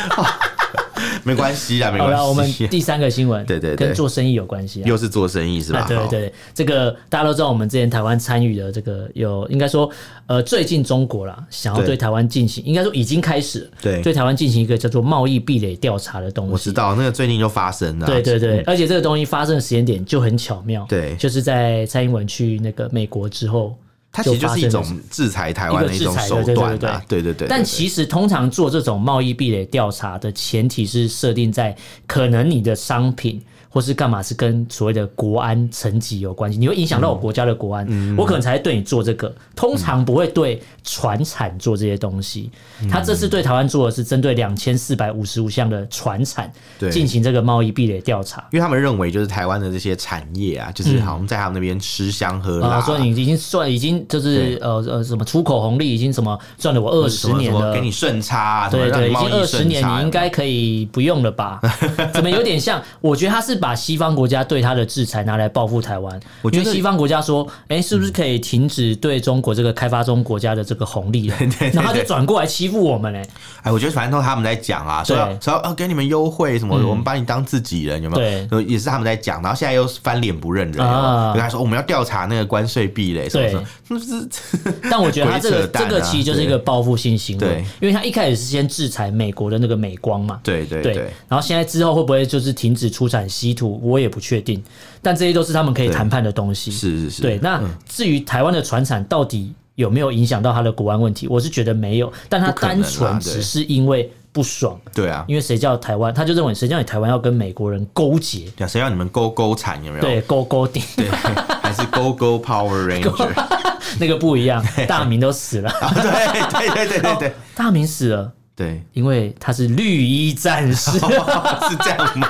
A: 没关系啦，没
B: 好
A: 关
B: 了，我们
A: 系。
B: 第三个新闻，
A: 对对对
B: 跟做生意有关系啊。
A: 又是做生意是吧
B: 啊，？对对对，这个大家都知道，我们之前台湾参与的这个有，应该说，呃，最近中国啦，想要
A: 对
B: 对台湾进行，应该说已经开始了
A: 对
B: 对台湾进行一个叫做贸易壁垒调查的东西。
A: 我知。道那个最近就发生了。
B: 对对对，而且这个东西发生的时间点就很巧妙，
A: 嗯对
B: 就是在蔡英文去那个美国之后，
A: 它其实就是一
B: 发生
A: 种制裁台湾的一种手段啊。对对对，
B: 但其实通常做这种贸易壁垒调查的前提是设定在可能你的商品。或是干嘛是跟所谓的国安层级有关系？你会影响到我国家的国
A: 嗯
B: 安，我可能才对你做这个。通常不会对船产做这些东西。他这次对台湾做的是针对两千四百五十五项的船产
A: 对
B: 进行这个贸易壁垒调查。
A: 因为他们认为就是台湾的这些产业啊，就是好像在他们那边吃香喝辣
B: 嗯啊，
A: 啊，
B: 说你已经算已经就是呃呃什么出口红利已经什么赚了我二十
A: 什么
B: 年
A: 什么
B: 了，
A: 给你顺差啊，什么
B: 对
A: 让
B: 对，
A: 你
B: 已
A: 贸
B: 经
A: 易
B: 二十
A: 顺
B: 年，
A: 差啊
B: 你应该可以不用 了吧？怎么有点像？我觉得他是把西方国家对他的制裁拿来报复台湾。
A: 我觉得
B: 因为西方国家说，哎、是不是可以停止对中国这个开发中国家的这个红 利了？然后他就转过来欺负我们嘞、欸
A: 哎，我觉得反正都是他们在讲啊，说
B: 对嗯
A: 要说要呃给你们优惠什么，我们把你当自己人，有没有？对，也是他们在讲，然后现在又翻脸不认人，有没有
B: 啊
A: 就跟他说我们要调查那个关税壁垒什么
B: 对
A: 什么，那不是
B: 但我觉得他这个、
A: 鬼扯淡
B: 这
A: 啊
B: 个其实就是一个报复性行为
A: 对，
B: 因为他一开始是先制裁美国的那个美光嘛，
A: 对对
B: 对，
A: 对
B: 然后现在之后会不会就是停止出产稀土，我也不确定，但这些都是他们可以
A: 对
B: 谈判的东西。
A: 是是嗯是，
B: 对，那至于台湾的船产到底有没有影响到它的国安问题，我是觉得没有，但它
A: 不可能啊
B: 单
A: 啦
B: 纯
A: 对
B: 只是因为不爽，
A: 对啊，
B: 因为谁叫台湾，他就认为谁叫你台湾要跟美国人勾结，
A: 对啊谁让你们勾勾产有没有？
B: 对，勾勾顶，
A: 对，还是勾勾 Power Ranger？
B: 那个不 一样，大明都死了，
A: 啊对对对对对对
B: 大明死了。
A: 对。
B: 因为他是绿衣战 士，
A: 是这样吗？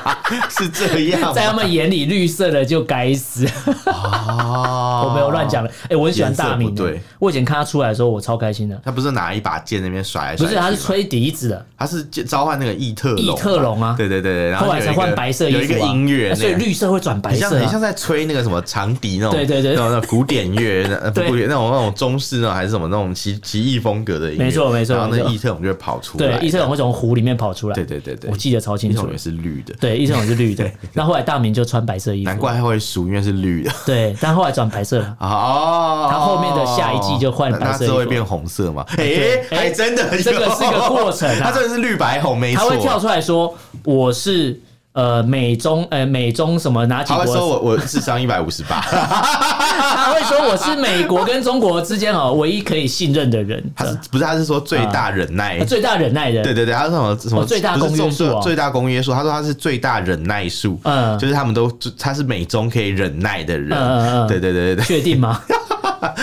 A: 是哦这 样
B: 在他
A: 吗？
B: 们眼里，绿色的就该死。
A: 哦
B: 我没有乱讲了。哎、我很喜欢大明
A: 颜
B: 的、
A: 色不哦对
B: 我以前看他出来的时候，我超开心的。
A: 他不是拿一把剑在那边甩来
B: 不
A: 甩
B: 是，
A: 去吗
B: 他是吹笛子的，
A: 他是召唤那个异特龙嘛，
B: 异特龙啊
A: 对对对对，然后
B: 后来才
A: 有一个
B: 换白色衣服、啊，
A: 有一个音乐那样，
B: 所以绿色会转白
A: 很像
B: 色、
A: 很
B: 啊
A: 像。在吹那个什么长笛那种，
B: 对对对
A: 那种那种古典乐， 那不
B: 对
A: 古典那种那种中式那种还是什么那种奇奇异风格的音乐，
B: 没错没错
A: 然后那
B: 没
A: 个
B: 错
A: 异特龙就会跑出来，
B: 对，异特龙会从湖里面跑出来。
A: 啊对对对对
B: 我记得超清
A: 异特
B: 楚
A: 龙。也是绿的，
B: 对，异特龙是绿的。那后来大明就穿白色衣服，
A: 难。怪他会输，因为是绿的。
B: 对，但后来转白色了。
A: 哦，
B: 他后面的下一季就换
A: 那
B: 白
A: 那
B: 色
A: 之
B: 衣服
A: 后会变红色嘛？哎
B: 对，哎
A: 还真的有，
B: 这个是个过程 啊
A: 它真的是绿白红，没错，
B: 他会跳出来说：“我是呃美中呃美中什么哪几
A: 他
B: 国
A: 会？说我我智商一百五十八，
B: 他会说我是美国跟中国之间哦唯一可以信任的人，
A: 他是不是他是说最大忍耐
B: 呃？最大忍耐人。
A: 对对对，他说什么什么
B: 哦最大
A: 不是
B: 公约
A: 纵
B: 数哦
A: 最大公约数，他说他是最大忍耐数，
B: 嗯
A: 就是他们都他是美中可以忍耐的人，
B: 嗯嗯嗯
A: 对对对对对。
B: 确定 吗？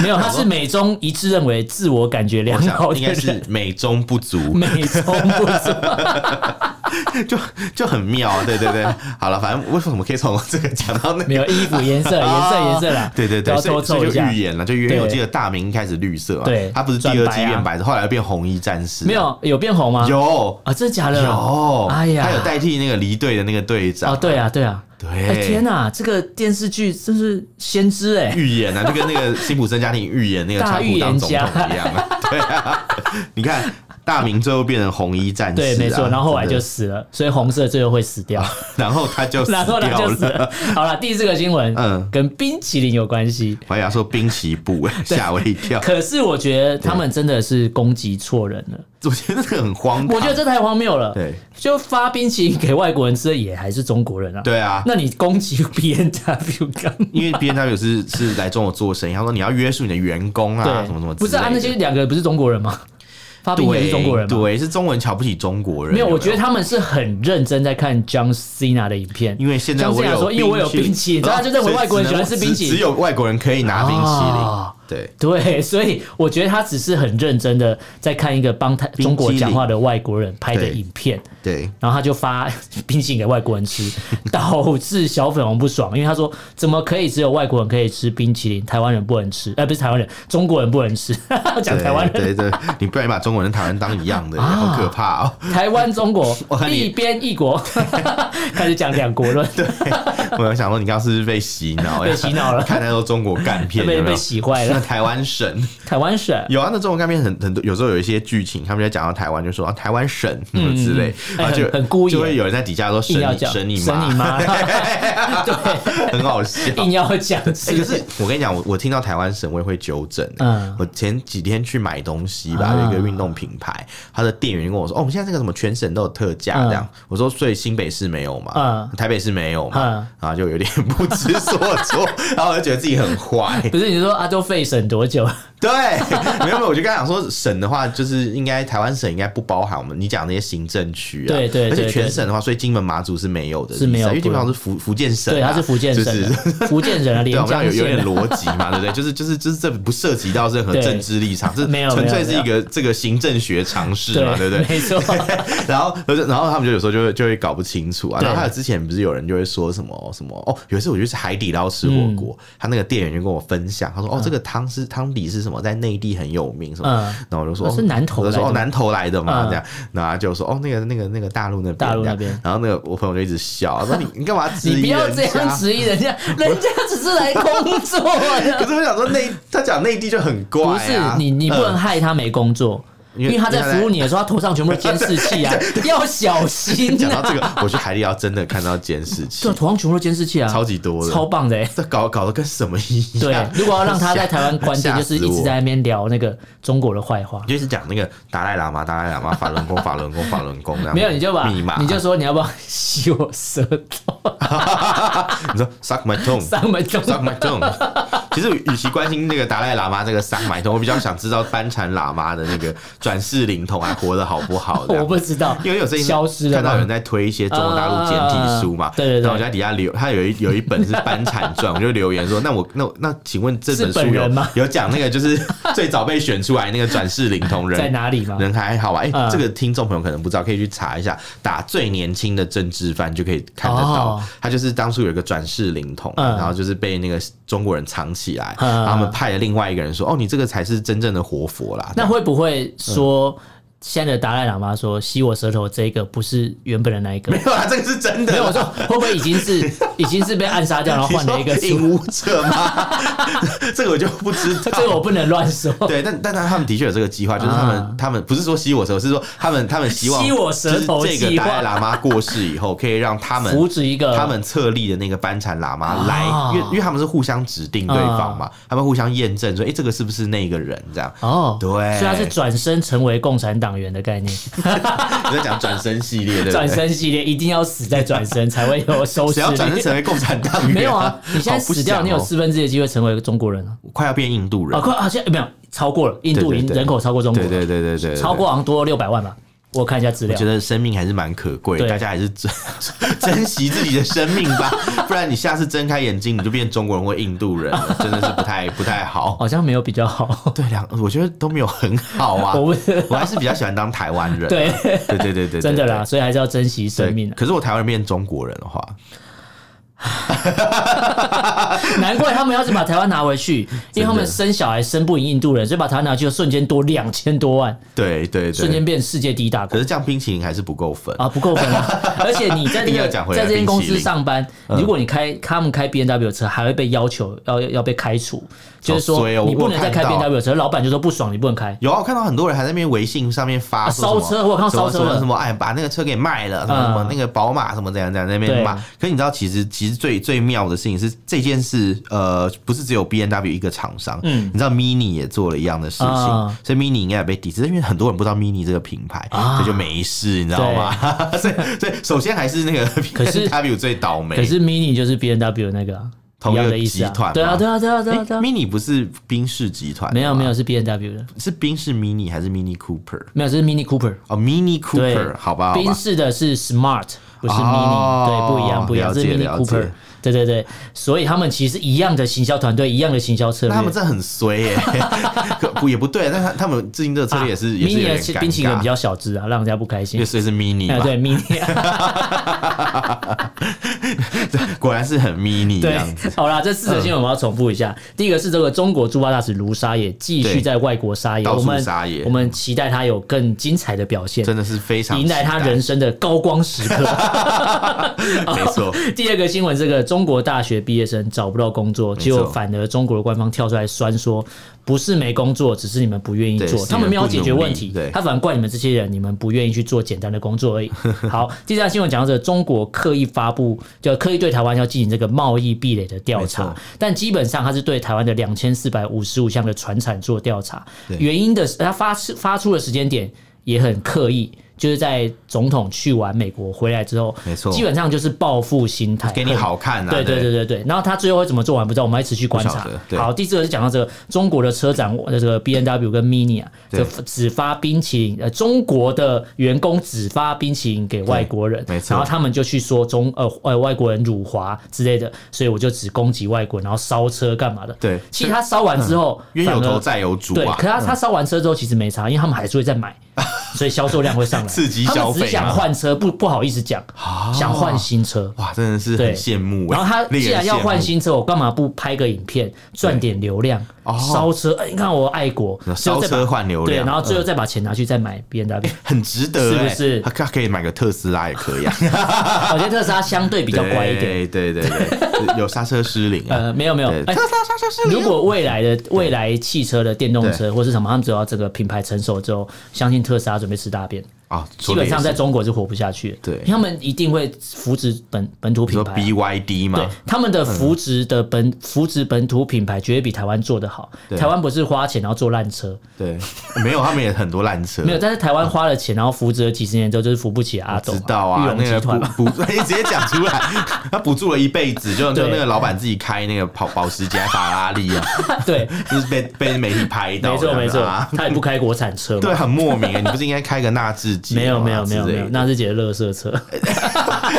B: 没有，他是美中一致认为自我感觉良
A: 我想
B: 好的
A: 应该
B: 人
A: 是。美中不足，
B: 美中不足，
A: 就就很妙啊！对对 对，好了，反正为什么可以从这个讲到那
B: 没
A: 个？
B: 有衣服颜色，颜色颜色啦，
A: 对对对，
B: 都
A: 所
B: 要多
A: 以所
B: 凑
A: 以
B: 一
A: 就
B: 下
A: 预。言了，就原
B: 对
A: 有我记得大明一开始绿色嘛，啊
B: 对
A: 他不是第
B: 转
A: 二
B: 白
A: 季
B: 啊
A: 变白色，后来又变红衣战士，啊
B: 没有有变红吗？
A: 有
B: 啊，真的假的？
A: 有，
B: 哎呀，
A: 他有代替那个离队的那个队长
B: 哦，，对啊，对啊，哎
A: 对，
B: 天哪，这个电视剧真是先知哎，
A: 预言啊，就跟那个辛普森家庭预言那个川普当总统一样啊， 对啊，你看大明最后变成红衣战士、啊，
B: 对，没错，然后后来
A: 真
B: 就
A: 的
B: 死了，所以红色最后会死掉，
A: 然后他 就死
B: 然后他
A: 掉
B: 就死
A: 了。
B: 了。好了，第四个新闻，嗯
A: 嗯，
B: 跟冰淇淋有关系。
A: 我还想说兵棋 步、欸，吓我一跳。
B: 可是我觉得他们真的是攻击错人了，
A: 我觉得这个很荒唐。
B: 我觉得这太荒谬了。
A: 对，
B: 就发冰淇淋给外国人吃的也还是中国人啊。，
A: 对啊，
B: 那你攻击 B N W 干嘛？
A: 因为 B N W 是是来中国做生意，他说你要约束你的员工啊，
B: 对，
A: 什么什么之
B: 不
A: 类的，
B: 是啊？那些两个不是中国人吗？发冰淇淋
A: 对
B: 是中国人吗？
A: 对，是中文瞧不起中国人。
B: 没有，我觉得
A: 他
B: 他们是很认真在看 John Cena 的影片，
A: 因为现在我
B: John Cena
A: 有
B: 说因为我有冰淇淋，所以他就认为外国人喜欢吃冰淇
A: 哦
B: 淋，
A: 只只有外国人可以拿冰淇淋。
B: 啊
A: 对，
B: 对，所以我觉得他只是很认真的在看一个帮他
A: 淇淋
B: 中国讲话的外国人拍的
A: 对
B: 影片，
A: 对，
B: 然后他就发 冰淇淋给外国 人吃，导致小粉红不爽，因为他说怎么可以只有外国人可以吃冰淇淋，台湾人不能吃？呃，不是台湾人，中国人不能吃， 讲台湾人，
A: 对对， 对你不然把中国人、台湾当一样的，
B: 啊
A: 好可怕哦！
B: 台湾中国
A: 我看你
B: 一边一 国，开始讲两国论，
A: 我有想说，你刚刚是不是被洗脑？
B: 被洗脑 了
A: 看那都中国干 片
B: 被
A: 有没
B: 被
A: 有？
B: 洗坏
A: 那
B: 了，
A: 台湾省
B: 台湾省。
A: 有啊，那中国干片很很多，有时候有一些剧情，他们在讲到台湾，就说啊台湾省什么之类，
B: 哎
A: 然后就
B: 很很故意
A: 就会有人在底下说
B: 硬要
A: 省你省你
B: 讲你
A: 妈，
B: 妈， 对，
A: 很好笑。
B: 硬要讲，
A: 哎、可是我跟你讲，我我听到台湾省我也会纠正、欸
B: 嗯
A: 我前几天去买东西吧，
B: 啊
A: 有一个运动品牌，它的店员就跟我说：“哦，我们现在这个什么全省都有特价，这样。我说：“所以新北市没有嘛？
B: 嗯
A: 台北市没有嘛？”
B: 嗯
A: 然后就有点 不知所措，然后我就觉得自己很坏。
B: 不是你说阿周费省多 久？
A: 对，没有没有，我就跟他讲说，省的话就是应该台湾省应该不包含我们你讲那些行政区啊，
B: 对对对
A: 而且全
B: 对
A: 省的话，所以金门马祖是没有的，啊
B: 是没有
A: 因为金门马
B: 不
A: 祖是福福建省啊、
B: 对，他是福建省
A: 就是
B: 的，福建人啊，
A: 对，
B: 连
A: 我们要
B: 江
A: 有有
B: 县
A: 点
B: 的。
A: 逻辑嘛， 对不对？就是就是就是这不涉及到任何
B: 对
A: 政治立场，这
B: 没有
A: 纯
B: 没
A: 粹
B: 有
A: 是一个这个行政学常识嘛，对不对？
B: 没错，
A: 然后然后他们就有时候就会就会搞不清楚啊。
B: 对
A: 然后还有之前不是有人就会说什么什么哦，有一次我就去海底捞吃
B: 嗯
A: 火锅，他那个店员就跟我分享，他说哦这个汤是汤底是什么，在内地很有名什么
B: 嗯。
A: 然后我就说
B: 哦
A: 哦
B: 是南投
A: 我就
B: 来
A: 说
B: 的
A: 哦南投来的嘛
B: 嗯
A: 这样。然后他就说哦那个那个那个大陆那边
B: 大陆
A: 这样
B: 那边
A: 然后那个我朋友就一直笑，说你你干嘛质疑
B: 你不要
A: 人
B: 这
A: 家
B: 样质疑人家，人家只是来工作
A: 可
B: 的。
A: 是我想说内，他讲内地就很怪、
B: 不
A: 啊，
B: 是你，你不能害他没工作，
A: 因
B: 因
A: 为
B: 为他在服务你的时候，他头上全部是监视 器啊，要小心
A: 嗯。讲到
B: 啊！
A: 这个， 我去海底捞真的看到监视器
B: 对，，头上全部都监视器啊，
A: 超级多的，
B: 超棒的欸。
A: 这搞搞得跟什么一
B: 对
A: 样？，
B: 如果要让他在台湾关键，
A: 吓
B: 就是一
A: 吓死
B: 直
A: 我
B: 在那边聊那个中国的坏话。
A: 就是讲那个达赖喇嘛、达赖喇嘛、法轮功、法轮功、法轮功，
B: 没有，你就把
A: 密码，嗯
B: 你就说你要不要洗我舌头，
A: 你说 suck my tongue。
B: 上门中
A: Suck my tongue。其 实，与其关心那个达赖喇嘛这个 suck my tongue，我比较想知道班禅喇嘛的那个转世灵童还活得好不好。这样
B: 我不知道，
A: 因为有最近
B: 消失了
A: 看到
B: 吗
A: 有人在推一些中国大陆简体书嘛
B: 啊，对对对
A: 然后我就在底下留，他有一有一本是《班产传》，我就留言说，那我那我那请问这本
B: 是本
A: 书
B: 人
A: 有
B: 吗
A: 有讲那个就是最早被选出来那个转世灵童人
B: 在哪里吗？
A: 人还好吧？哎、
B: 嗯
A: 这个听众朋友可能不知道，可以去查一下，打最年轻的政治犯就可以看得到。
B: 哦
A: 他就是当初有一个转世灵童，
B: 嗯
A: 然后就是被那个中国人藏起来，
B: 嗯
A: 然后他们派了另外一个人说：“哦，你这个才是真正的活佛啦。”
B: 那会不会说现在的达赖喇嘛说吸我舌头这个不是原本的那一 个
A: 没？有啦，这个是真的啦。
B: 没有，我说会不会已经 是已经是被暗杀掉，然后换了一个
A: 你说
B: 书？
A: 影舞者吗？ 这个我就不知道。
B: 这个我不能乱说。
A: 对，但但他们的确有这个计划，就是他们、
B: 啊
A: 他们不是说吸我舌头，是说他们他们希望
B: 吸我舌头
A: 就是这
B: 计
A: 个
B: 划
A: 达赖喇嘛过世以后，可以让他们
B: 扶植一个
A: 他们册立的那个班禅喇嘛来，
B: 啊
A: 因为因为他们是互相指定对方嘛，他们互相验证说，哎、这个是不是那个人这样？
B: 哦，
A: 对
B: 所以他是转身成为共产港元的概念，
A: 你在讲转身系列，对不对？
B: 转身系列一定要死再转身才会有收视
A: 谁要转身
B: 率。
A: 成为共产党员？
B: 没有啊，你现在
A: 好不
B: 死掉，
A: 想
B: 你有
A: 哦
B: 四分之一的机会成为中国人啊！
A: 快要变印度人
B: 啊，，快啊，现在没有超过了，印度
A: 对
B: 已
A: 对
B: 经
A: 对
B: 人口超过中国
A: 对对
B: 了，
A: 对对对，对
B: 超。过好像多六百万吧，我看一下资
A: 我
B: 料
A: 觉。得生命还是蛮可贵，
B: 对
A: 大家还是珍珍惜自己的生命 吧，不然你下次睁开眼睛你就变中国人或印度人 了，真的是不太不太好。
B: 好像没有比较好，
A: 对，两我觉得都没有很好啊，
B: 我
A: 我
B: 不
A: 还是比较喜欢当台湾人。
B: 对，
A: 对对对对，
B: 真的
A: 对
B: 啦，所以还是要珍惜
A: 对
B: 生命啊！
A: 可是我台湾人变中国人的话，
B: 难怪他们要是把台湾拿 回去，因为他们生小孩生不赢印度人，所以把台湾拿去，瞬间多两千多万，
A: 对对
B: 瞬间
A: 对，
B: 变世界第一大国
A: 可。是这样冰淇淋还是不够分。
B: 啊，不够分 啊！而且你在这
A: 硬
B: 个
A: 要讲回来
B: 在这间公
A: 冰淇
B: 司
A: 淋
B: 上班，
A: 嗯
B: 如果你开他们开 B N W 车，还会被要求要要被开除，就是说
A: 好衰哦
B: 你
A: 我
B: 不
A: 有
B: 能再
A: 看
B: 开 B
A: 到
B: N W 车，老板就说不爽，你不能开。
A: 有啊，我看到很多人还在那边微信上面发
B: 啊
A: 说什么
B: 烧车我有看到
A: 什么
B: 烧车
A: 什
B: 的
A: 么什么，哎，把那个车给卖了，什么
B: 嗯
A: 什么那个宝马什么怎样怎样在那边
B: 对
A: 骂。可你知道，其实其实最最妙的事情是这件事，呃，不是只有 B N W 一个厂商，
B: 嗯
A: 你知道 Mini 也做了一样的事情，
B: 啊
A: 所以 Mini 应该也被抵制，因为很多人不知道 Mini 这个品牌，
B: 啊
A: 这就没事，你知道吗？ 所以所以首先还是那个 B
B: 可是
A: N W 最倒霉，
B: 可是 Mini 就是 B N W 那个啊
A: 同
B: 一
A: 一个
B: 样的意思啊
A: 集团嘛
B: 对啊，对啊，对啊，对
A: 哎
B: 啊，对啊，
A: Mini 不是宾士集团，
B: 没有没有，是 B N W 的，
A: 是宾士 Mini 还是 Mini Cooper？
B: 没有是 Mini Cooper，
A: 哦，Mini
B: 对
A: Cooper，好吧，好吧
B: 宾。士的是 Smart，不是 Mini，
A: 哦
B: 对，不一样，不一样，
A: 了
B: 是
A: 解
B: Mini
A: 了解
B: Cooper，对对对，所以他们其实一样的行销团队，一样的行销策略
A: 那他。们真的很衰耶、 可不也不对，但他他们最近这个策略也是、也是有
B: mini 啊
A: 点
B: 的其
A: 尴
B: 实
A: 尬，
B: 冰淇淋比较小只啊，让人家不开心
A: 也。是是 mini
B: 哎，
A: 吧，
B: 对，mini，
A: 果然是很 mini 这
B: 哎对
A: 样嗯子。，
B: 好啦，这四则新闻我们要重复一下。第一个是这个中国驻外大使卢沙野继续
A: 对
B: 在外国撒野，
A: 到处
B: 我们
A: 撒野
B: 我们期待他有更精彩的表现，
A: 真的是非常
B: 迎来他
A: 期待
B: 人生的高光时刻。
A: 没 错，
B: 第二个新闻，这个中国大学毕业生找不到工作，
A: 错
B: 结果反而中国的官方跳出来酸说，不是没工作，只是你们不愿意
A: 对
B: 做，
A: 是
B: 他们没有解决问
A: 你
B: 题
A: 们不努力，对
B: 他反而怪你们这些人，你们不愿意去做简单的工作 而已。好，第三个新闻讲到这个中国刻意发布，就刻意对台湾要进行这个贸易壁垒的调
A: 没
B: 查
A: 错，
B: 但基本上它是对台湾的两千四百五十五项的船产做调查，原因的是它发出发出的时间点也很刻意。就是在总统去完美国回来之后，
A: 没错
B: 基本上就是报复心态，
A: 给你好看啊！
B: 对对对对对，然后他最后会怎么做完不知道，我们还持续观
A: 不
B: 察
A: 晓得。对
B: 好，第四个是讲到这个中国的车展，我呃的这个 B N W 跟 Mini 啊，
A: 对
B: 这只发冰淇淋，呃，中国的员工只发冰淇淋给外国人，
A: 对没错
B: 然后他们就去说中呃呃外国人辱华之类的，所以我就只攻击外国人，然后烧车干嘛的？
A: 对嗯
B: 其实他烧完之后，
A: 冤
B: 反
A: 有头
B: 而
A: 债有主
B: 对，
A: 啊
B: 可！他他烧完车之后其实没差，因为他们还是会再买，所以销售量会上来，
A: 刺激消费
B: 他们只是想
A: 嘛
B: 换车，不不好意思讲，
A: 哦
B: 想换新车。
A: 啊哇，真的是
B: 对
A: 很羡慕欸、
B: 然后他
A: 令
B: 既
A: 人
B: 然要
A: 羡慕
B: 换，新车，我干嘛不拍个影片赚点流量？烧车，哎，你看我爱国，最后
A: 哦烧
B: 再把
A: 车换流量嗯
B: 对，然后最后再把钱拿去再买 B N W。
A: 很值得、欸，
B: 是不是
A: 他他可以买个特斯拉也可以 啊，
B: 我觉得特斯拉相对
A: 比
B: 比较乖一
A: 对
B: 点。
A: 对对 对，有刹车失灵啊。
B: 呃，没有没有，
A: 对，
B: 哎
A: 特斯拉刹车失灵啊。
B: 如果未来的未来汽车的电动车
A: 对
B: 或是什么，他们只要这个品牌成熟之后，相信特斯拉准备吃大便，
A: 啊，
B: 基
A: 基
B: 本上在中国是活不下去的。
A: 对
B: 因为他们一定会扶持本本土
A: 你
B: 品
A: 说
B: 牌啊。
A: BYD 嘛嗯
B: 对，他们的扶植的本扶植本土品牌，绝对比台湾做得好。
A: 对
B: 台湾不是花钱然后做烂车，
A: 对，没有，他们也很多烂车，
B: 没有，但是台湾花了钱，然后扶植了几十年之后，就是扶不起阿斗、
A: 知道啊，
B: 裕
A: 那
B: 隆集
A: 个
B: 团嘛。
A: 补 补，你直接讲出来， 他补助了一辈子，就就
B: 对
A: 那个老板自己开那个跑保时捷、法拉利啊，
B: 对，
A: 就是被被媒体拍到，
B: 没错没错
A: 啊，，
B: 他也不开国产车嘛
A: 对，。很啊莫名啊，你不 是应该开个纳智捷吗？
B: 没有没有没有
A: 之类
B: 没
A: 的
B: 有，纳智捷的乐色车，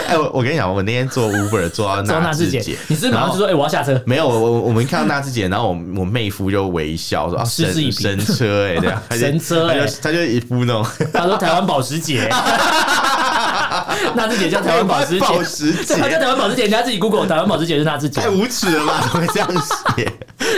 A: 哎，我我跟你讲，我那天坐 Uber 坐到
B: 走纳
A: 纳
B: 智捷，你是不是马
A: 然
B: 上
A: 后
B: 就说哎我要下车，
A: 没有，我我我们看到纳智捷，然后我我妹夫就微笑说：“啊，
B: 嗤之以
A: 神
B: 鼻
A: 神车哎，这 样他就
B: 神车
A: 他就
B: 欸
A: 他就一副那种
B: 他说台湾保 时捷，纳智捷叫台湾保时捷，
A: 保时捷
B: 对 他叫台湾保时捷，人家自己 Google 台湾保时捷是纳智捷
A: 太。无耻了吧？怎么会这样 写？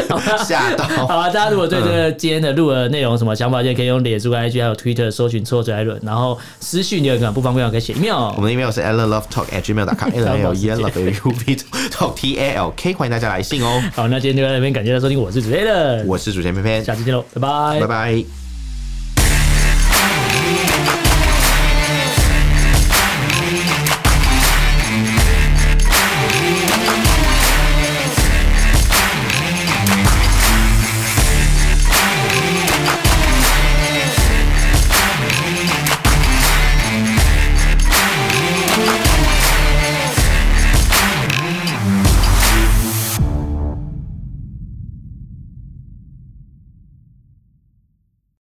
B: 哦
A: 吓到！
B: 好了，啊大家如果对这个今天的录的内容有什么想法，就可以用脸书、IG 还有 Twitter 搜寻错嘴艾伦，然后私讯留言不方便的话可以写 email
A: 我。们的 email 是 allenlovetalk at gmail.com，l l e n love u v talk t a l k，欢迎大家来信哦。
B: 好，那今天就到这边，感谢大家收听，我是主持人，
A: 我是主持人偏偏，
B: 下期见喽，拜拜
A: 拜拜。